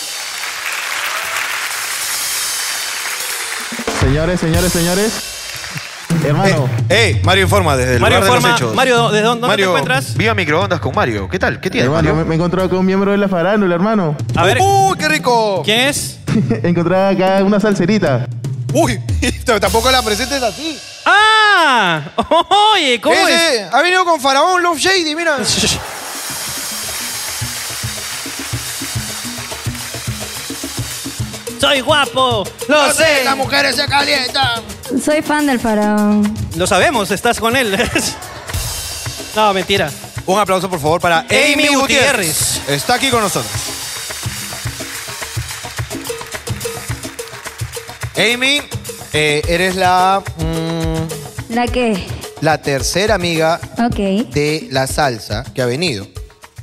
Señores, señores, señores. Eh. Hermano. Hey, Ah, Mario Informa desde el Mario lugar de Informa. los hechos. Mario, ¿de dónde- dónde te encuentras? Vía microondas con Mario. ¿Qué tal? ¿Qué tienes, hermano, me, Mario? me he encontrado con un miembro de la farándula, hermano. [laughs] A ver. ¡Uy, qué rico! ¿Quién es? Encontraba acá una salserita. ¡Uy! [laughs] Tampoco la presentes así. ¡Ah! [laughs] Oye, ¿cómo Ese, es? Ha venido con Faraón Love Shady, [laughs] mira. ¡Soy guapo! ¡Lo No sé! Las mujeres se calientan. Soy fan del faraón. Lo sabemos, estás con él. [laughs] no, mentira. Un aplauso, por favor, para Amy Gutiérrez. Está aquí con nosotros. Amy, eh, eres la, mm, ¿La qué? la tercera amiga Ok. de la salsa que ha venido.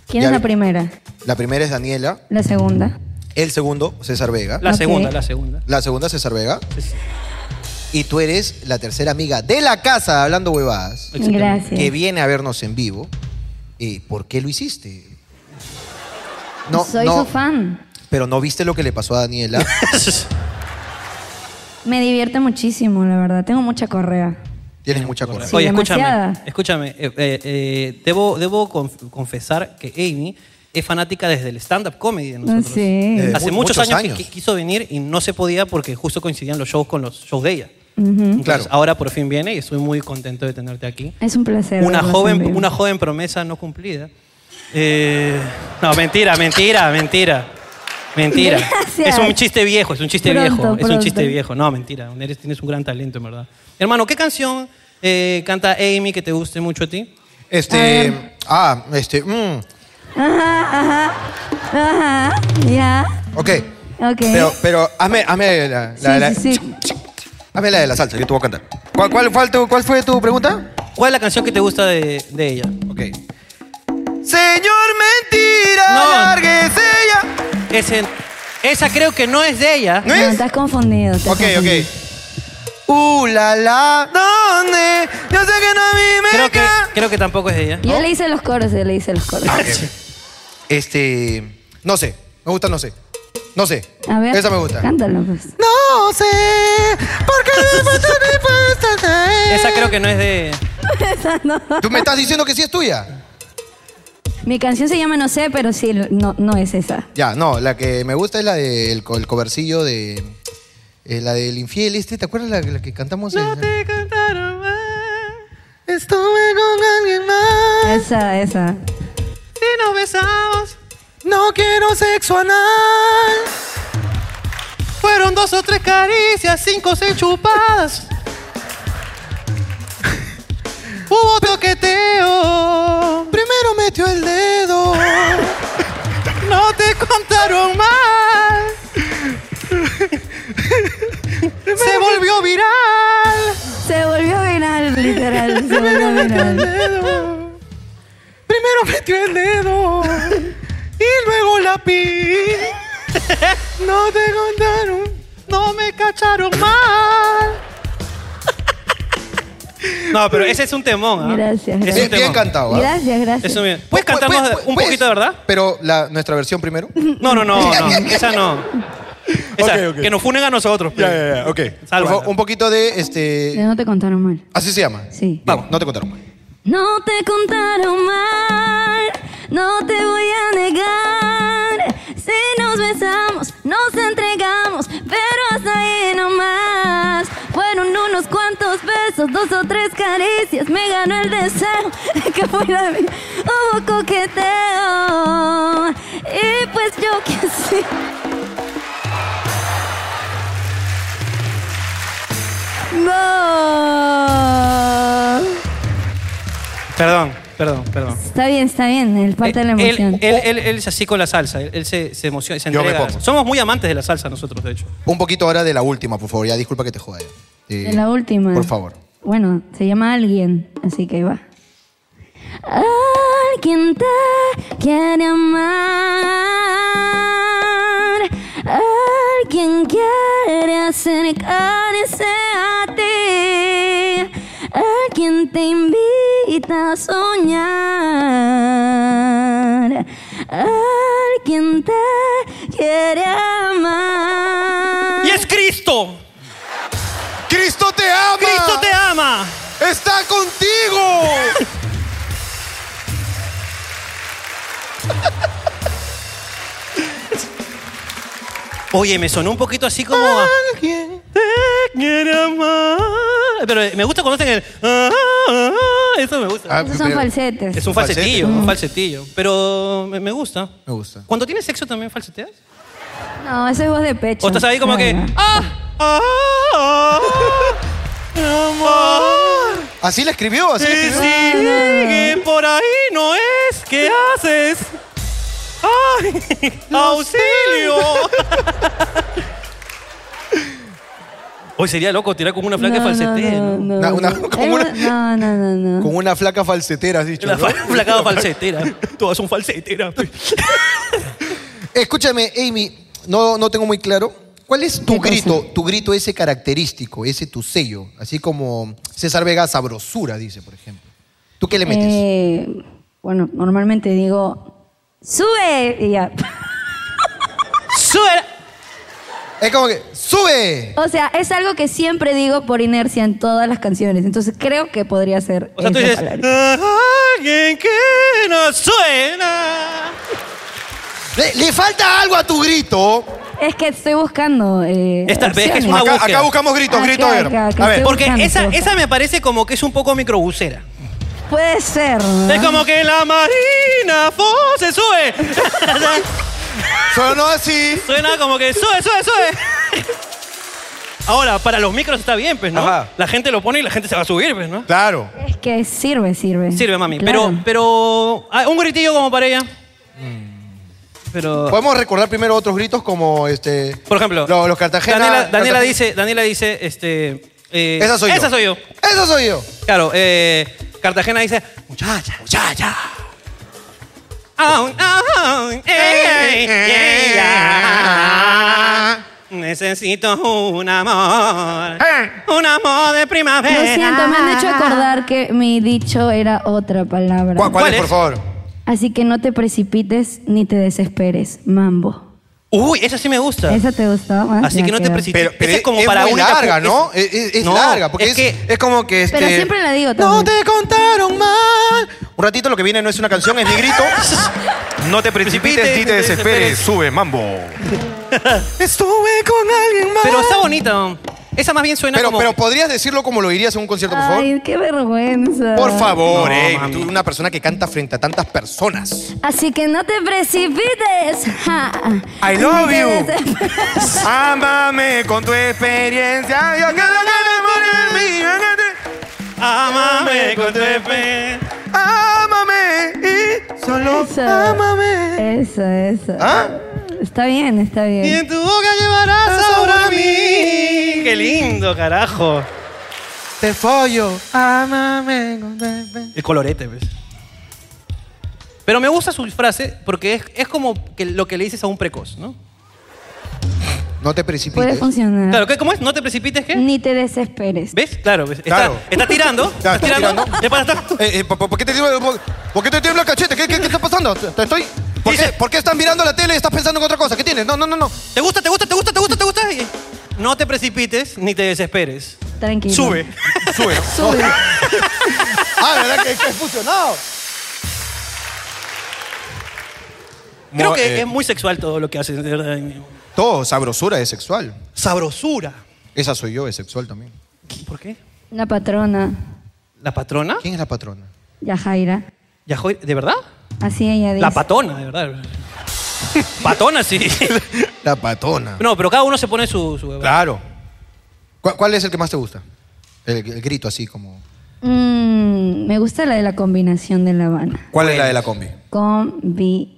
¿Quién Ya es la vi- primera? La primera es Daniela, La segunda. el segundo César Vega. La segunda, la segunda. [laughs] La segunda César Vega. Y tú eres la tercera amiga de la casa de Hablando Huevadas. Exactamente. Gracias. Que viene a vernos en vivo. ¿Y por qué lo hiciste? No, Soy no, su fan. pero no viste lo que le pasó a Daniela. [laughs] Me divierte muchísimo, la verdad. Tengo mucha correa. Tienes mucha correa. Sí, Oye, escúchame, demasiada. escúchame. eh, eh, eh, debo debo conf- confesar que Amy es fanática desde el stand-up comedy de nosotros. Sí. Eh, Hace mu- muchos, muchos años, que años. qui- quiso venir y no se podía porque justo coincidían los shows con los shows de ella. Ujú. Entonces, Ahora por fin viene y estoy muy contento de tenerte aquí. Es un placer. Una verlos en joven, vivo. una joven promesa no cumplida. Eh, no, mentira, mentira, mentira. Mentira. Es Gracias. un chiste viejo, es un chiste Pronto, viejo. Es un pronto. chiste viejo. No, mentira. Eres- tienes un gran talento, en verdad. Hermano, ¿qué canción eh, canta Amy que te guste mucho a ti? Este. Ah, este. mm, Ajá, ajá. Ajá. Ya. ok. Ok. Pero, pero hazme, hazme la, la- Sí, la- sí, sí. hazme la de la salsa, yo te voy a cantar. ¿Cuál, cuál, cuál tu- cuál fue tu pregunta? ¿Cuál es la canción que te gusta de, de ella? Ok. Señor Mentira, No. lárguese ya. Ese- esa creo que no es de ella. No, estás confundido. estás ¿Eh? Ok, confundido. ok. Uh, la, la, ¿dónde? Yo sé que no a mí me Creo que, ca- creo que tampoco es de ella. Yo le hice los coros, yo le hice los coros. Ah, Este. No sé. Me gusta, no sé. No sé. A ver. Esa me gusta. Cántalo, pues. No no sé por qué me pasa, me pasa. Esa creo que no es de. ¿Tú me estás diciendo que sí es tuya? Mi canción se llama No sé, pero sí, no, no es esa. Ya, no, la que me gusta es la del co- el covercillo de. eh, la del infiel, este, ¿te acuerdas la, la que cantamos? en- cantaron más. Estuve con alguien más. Esa, esa. Y nos besamos. No quiero sexo anal. Fueron dos o tres caricias, cinco o seis chupadas. [laughs] Hubo toqueteo. Primero metió el dedo. No te contaron mal. Se volvió viral. Se volvió viral, literal. Se Primero volvió metió el dedo. Primero metió el viral. dedo. Y luego la pi. No te contaron. No me cacharon mal. Pues No, pero ese es un temón. ¿ah? Gracias, Es Bien, un bien Pues, temón. cantado. ¿ah? Gracias, gracias. Es un Pues, bien- ¿Puedes cantarnos un poquito, verdad? Pero la, nuestra versión primero. No, no, no, no. Esa no. Esa, Ok, ok. que nos funen a nosotros. [laughs] pues. Ya, ya, ya, ok. Por favor, un poquito de este. No te contaron mal. Así se llama. Sí. Vamos, no te contaron. No te contaron mal, no te voy a negar. Si nos besamos, nos entregamos, pero hasta ahí nomás. Fueron unos cuantos besos, dos o tres caricias, me ganó el deseo [laughs] que fue la vida. Hubo coqueteo y pues yo [laughs] que sí. No. Perdón, perdón, perdón. Eh, Está bien, está bien, el parte de la Él, emoción. él- él- él es así con la salsa. Él, él se, se emociona, se Yo me entrega. pongo. Somos muy amantes de la salsa nosotros, de hecho. Un poquito ahora de la última, por favor. Ya disculpa que te joda. ya. Eh, De la última. Por favor. Bueno, se llama Alguien, así que ahí va. Alguien te quiere amar. Alguien quiere acercarse a ti. Alguien te invita a soñar. Alguien te quiere amar. Ah. ¡Y es Cristo! ¡Cristo te ama! ¡Cristo te ama! ¡Está [laughs] contigo! Oye, me sonó un poquito así como. a- Alguien te quiere amar. Pero eh, me gusta cuando hacen el. ah, ah, ah, Eso me gusta. Esos son falsetes. Es un Falsete. falsetillo, Mm. un falsetillo. Pero me, me gusta. Me gusta. Cuando tienes sexo también falseteas. No, ese es voz de pecho. O estás ahí como que. ¡Ah! ¡Ah! ah, amor. Así la escribió, así la ah, Si escribió. sigue por ahí no es, ¿qué haces? ¡Ay! ¡Auxilio! Hoy sería loco tirar como una flaca No, no, falsetera. no, no, Una- una- no. como una- No, no, no, [laughs] no. Con una flaca falsetera, has dicho. Una [laughs] ¿no? fa- flaca falsetera. Todas son falseteras. Escúchame, Amy, no, no tengo muy claro. ¿Cuál es tu ¿Qué cosa? grito? Tu grito ese característico, ese tu sello. Así como César Vega sabrosura, dice, por ejemplo. ¿Tú qué le metes? Eh, bueno, normalmente digo, sube y ya. [laughs] ¡Sube! Es como que, ¡sube! O sea, es algo que siempre digo por inercia en todas las canciones. Entonces creo que podría ser. O sea, tú esa dices. "Ah, palabra. Alguien que no suena. Le, le falta algo a tu grito. Es que estoy buscando. eh, "Ah". Esta vez que es opciones. una Acá- búsqueda. acá buscamos gritos, Acá, gritos, a ver. acá, acá A ver. estoy Porque buscando, esa, estoy esa me parece como que es un poco microbusera. Puede ser. ¿no? Es como que la marina Fo se sube. Sonó así. Suena como que sube, sube, sube. Ahora, para los micros está bien, pues, ¿no? La gente lo pone y la gente se va a subir, pues, ¿no? Claro. Es que sirve, sirve. Sirve, mami. Claro. Pero, pero. ah, un gritillo como para ella. Pero. Podemos recordar primero otros gritos como este. Por ejemplo. Los, los Cartagena. Daniela, Daniela Cartagena- dice. Daniela dice, este. eh, Esa soy yo. Esa soy yo. Eso soy yo. Claro, eh, Cartagena dice, muchacha, muchacha. eh, Aun, aun, ey, ey, ella. eh, Necesito un amor, un amor de primavera. Lo siento, ah, me han hecho acordar que mi dicho era otra palabra. ¿Cuál, cuál es, por favor? Así que no te precipites ni te desesperes, mambo. Uy, esa sí me gusta. Eso te gustó. Ah, Así ya que no te queda. precipites. Pero, pero Esa es como es para muy única larga, pu- ¿no? es- Es, es- es No, larga, porque es, es que- es como que... Este, Pero siempre la digo también. No te contaron mal. Un ratito lo que viene no es una canción, es mi grito. No te precipites ni te desesperes. Sube, mambo. Estuve con alguien más. Pero está bonita. ¿no? Esa más bien suena Pero, como... pero podrías decirlo como lo dirías en un concierto, por favor. Ay, qué vergüenza. Por favor, eh, tú eres una persona que canta frente a tantas personas. Así que no te precipites. Ja. I love you. [laughs] Ámame con tu experiencia. Yo quiero que te mueras en mí. Ámame con tu experiencia. Ámame y solo Eso. ámame. Eso, eso. Está bien, está bien. Y en tu boca llevarás ahora mí. Qué lindo, carajo. Te follo. Ámame El colorete, pues. Pero me gusta su frase porque es, es como que lo que le dices a un precoz, ¿no? No te Puede precipites. funcionar. Claro, ¿qué- ¿cómo es? No te precipites, ¿qué? Ni te desesperes. ¿Ves? Claro, pues, está, [laughs] Claro. está tirando. Ya, Está ¿estás tirando. Le pasa- está- Eh, eh, ¿por, por- por qué te tiembla- por, por qué te tiembla el cachete? ¿Qué, qué- qué está pasando? ¿Te- te estoy- ¿Por, qué, por qué estás mirando la tele y estás pensando en otra cosa? ¿Qué tienes? No, no, no, no. ¿Te gusta, te gusta, te gusta, te gusta, te gusta? Y- No te precipites ni te desesperes. Tranquilo. Sube. [laughs] Sube. Sube. Ah, ¿verdad que, que es fusionado? Creo Mo- que eh, es muy sexual todo lo que haces, de verdad. Todo, sabrosura es sexual. Sabrosura. Esa soy yo, es sexual también. ¿Por qué? Una patrona, ¿La patrona? ¿Quién es la patrona? Yajaira. Yajoy- ¿De verdad? Así ella dice. La patona, de verdad. [laughs] Patona, sí. [laughs] La patona. No, pero cada uno se pone su... su- Claro. ¿Cuál, cuál es el que más te gusta? El, el grito así como... Mm, me gusta la de la combinación de La Habana. ¿Cuál es la de la combi?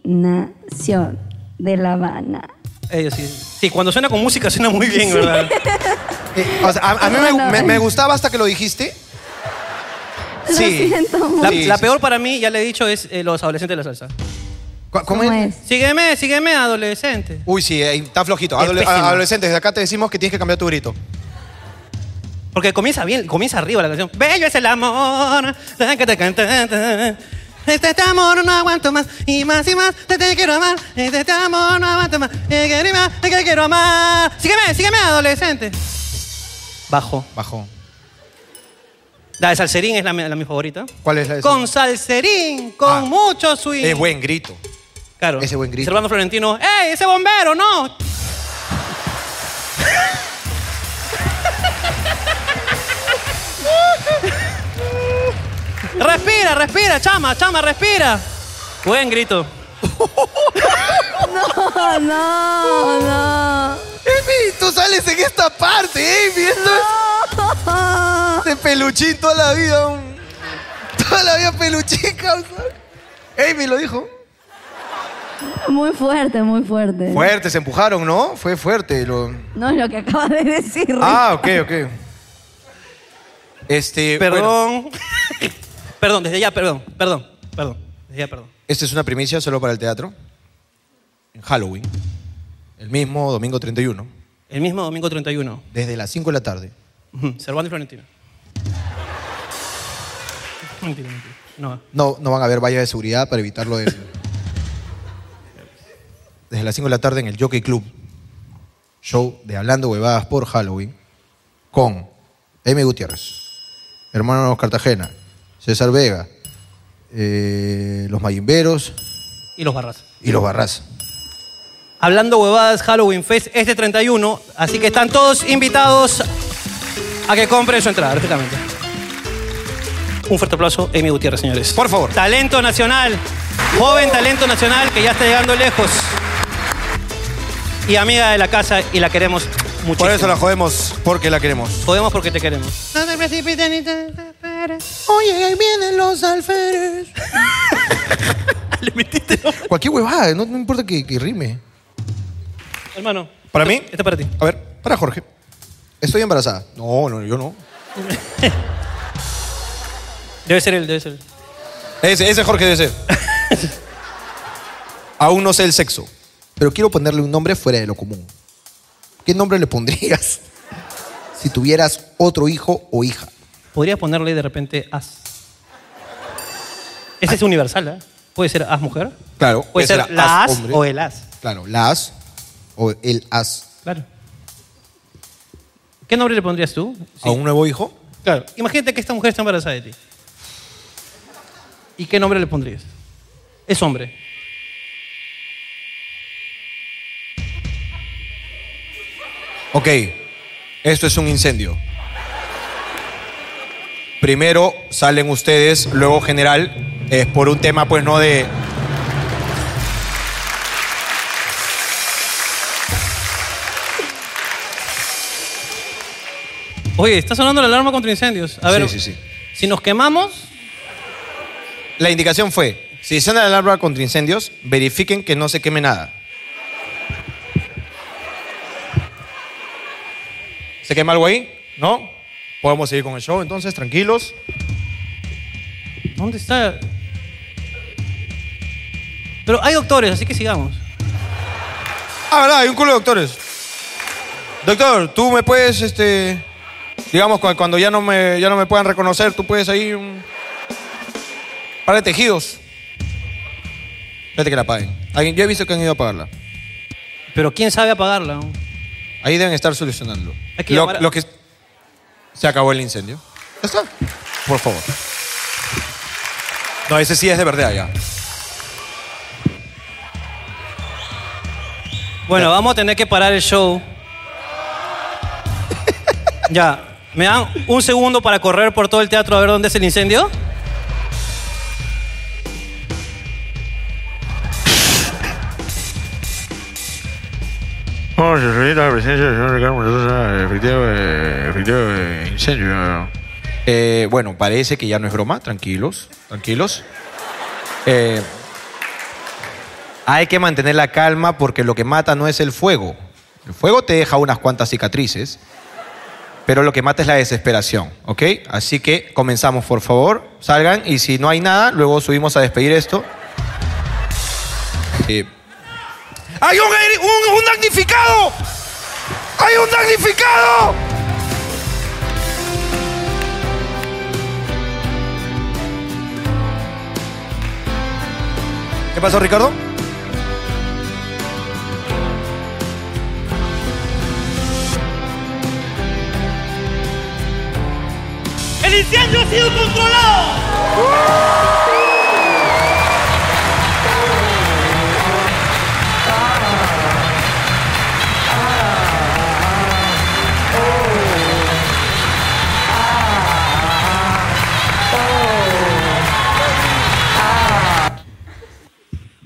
Combinación de La Habana. Ellos sí. Sí, cuando suena con música suena muy bien, [laughs] ¿verdad? Eh, o sea, a, a mí me, me- me gustaba hasta que lo dijiste. Lo Sí. siento mucho. La, Sí, la sí. peor para mí, ya le he dicho, es eh, los adolescentes de la salsa. ¿Cu- ¿Cómo, es? Sígueme, sígueme, adolescente. Uy, sí, eh, está flojito. Es Adole- pésimo. a- adolescentes, de acá te decimos que tienes que cambiar tu grito. Porque comienza bien, comienza arriba la canción. Bello es el amor. Este este amor no aguanto más. Y más y más. Te, te quiero amar. Este este amor no aguanto más. Te quiero amar. Te quiero amar. Sígueme, sígueme, adolescente. Bajo. Bajo. La de Salserín es la, mi- la mi favorita. ¿Cuál es la de Con Salserín, con mucho swing. Es buen grito. Claro. Ese buen grito. Servando Florentino. ¡Ey, ese bombero, no! Respira, respira, chama, chama, respira. Buen grito. No, no, no. Emi, tú sales en esta parte, Emi. Esto es. De peluchín toda la vida. un- Toda la vida peluchín, causa. Emi lo dijo. Muy fuerte, muy fuerte. Fuerte, se empujaron, ¿no? Fue fuerte. lo- No es lo que acabas de decir. Ah, ok, ok. Este. bueno, [laughs] Perdón. perdón, desde ya, perdón, perdón, perdón. Desde ya, perdón. esta es una primicia solo para el teatro. En Halloween. El mismo domingo 31. El mismo domingo 31. Desde las 5 de la tarde. Ujú, Servando y Florentino. Mentira, mentira. No. No, no van a haber vallas de seguridad para evitarlo. De... Desde las 5 de la tarde en el Jockey Club. Show de Hablando Huevadas por Halloween. Con Amy Gutiérrez, Hermanos Cartagena, César Vega, eh, Los Mayimberos Y los barras. y Los Barras. Hablando huevadas, Halloween Fest este 31, así que están todos invitados a que compren su entrada, lógicamente. Un fuerte aplauso, Amy Gutiérrez, señores. Por favor. Talento nacional, joven talento nacional que ya está llegando lejos. Y amiga de la casa y la queremos muchísimo. Por eso la jodemos, porque la queremos. Jodemos porque te [laughs] queremos. No te precipites ni te desesperes. Oye, ahí vienen los alférez. Ah, Cualquier huevada, no, no importa que, que rime. Hermano, Para mí. Este para ti. A ver, para Jorge. Estoy embarazada. No, no, yo no. debe ser él, debe ser él. Ese, ese Jorge debe ser. [laughs] Aún no sé el sexo, pero quiero ponerle un nombre fuera de lo común. ¿Qué nombre le pondrías [laughs] si tuvieras otro hijo o hija? Podrías ponerle de repente as. Ese es universal, ¿eh? Puede ser as mujer, Claro, puede ser la as hombre. o el as. Claro, la as o el as ¿Qué nombre le pondrías tú? a un nuevo hijo. Claro, imagínate que esta mujer está embarazada de ti. ¿Y qué nombre le pondrías? Es hombre. Ok, esto es un incendio. Primero salen ustedes, luego general, es por un tema pues no de... Oye, está sonando la alarma contra incendios. A ver, Sí, sí, sí. si nos quemamos, La indicación fue, si suena la alarma contra incendios, verifiquen que no se queme nada. ¿Se quema algo ahí? ¿No? Podemos seguir con el show entonces, tranquilos. ¿dónde está? Pero hay doctores, así que sigamos. Ah, verdad, hay un culo de doctores. Doctor, tú me puedes, este. Digamos, cu- cuando ya no me, ya no me puedan reconocer, tú puedes ahí. Un par de tejidos. Espérate que la apaguen. Alguien- Yo he visto que han ido a apagarla. Pero quién sabe apagarla. Ahí deben estar solucionando. Hay que Lo, llamar a- lo que. Se acabó el incendio. ¿Ya está? Por favor. No, ese sí es de verdad ya. Bueno, vamos a tener que parar el show. ya, ¿me dan un segundo para correr por todo el teatro a ver dónde es el incendio? Vamos, se solicita la presencia del señor Ricardo Mendoza, efectivo, eh, efectivo eh, incendio. Eh, bueno, parece que ya no es broma. Tranquilos, tranquilos. Eh, hay que mantener la calma porque lo que mata no es el fuego. El fuego te deja unas cuantas cicatrices, pero lo que mata es la desesperación, ¿ok? Así que comenzamos, por favor. Salgan y si no hay nada, luego subimos a despedir esto. Eh, ¡Hay un, heri- un, un damnificado! ¡Hay un damnificado! ¿Qué pasó, Ricardo? ¡El incendio ha sido controlado!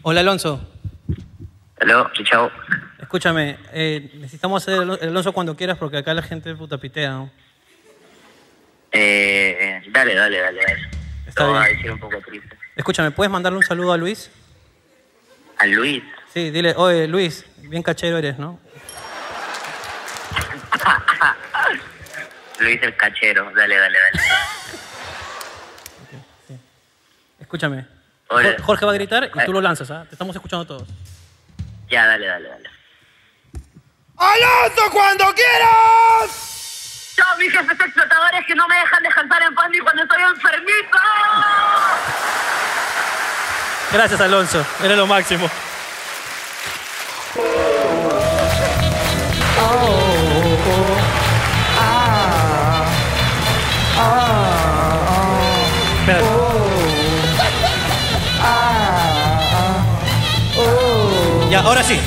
Hola, Alonso. Aló, chao. Escúchame, eh, necesitamos hacer el el Alonso cuando quieras porque acá la gente puta pitea. ¿no? Eh, dale, dale, dale, dale. Está Lo voy a bien. decir un poco triste. Escúchame, ¿puedes mandarle un saludo a Luis? A Luis. Sí, dile, oye, Luis, bien cachero eres, ¿no? Luis el cachero. Dale, dale, dale. Escúchame. Hola. Jo- Jorge va a gritar y tú lo lanzas, ¿ah? Te estamos escuchando todos. Ya, dale, dale, dale. ¡Alonso, cuando quieras! Chao, mis jefes explotadores que no me dejan descansar en paz ni cuando estoy enfermito. Gracias, Alonso. Eres lo máximo. Espérate. Ya, ahora sí.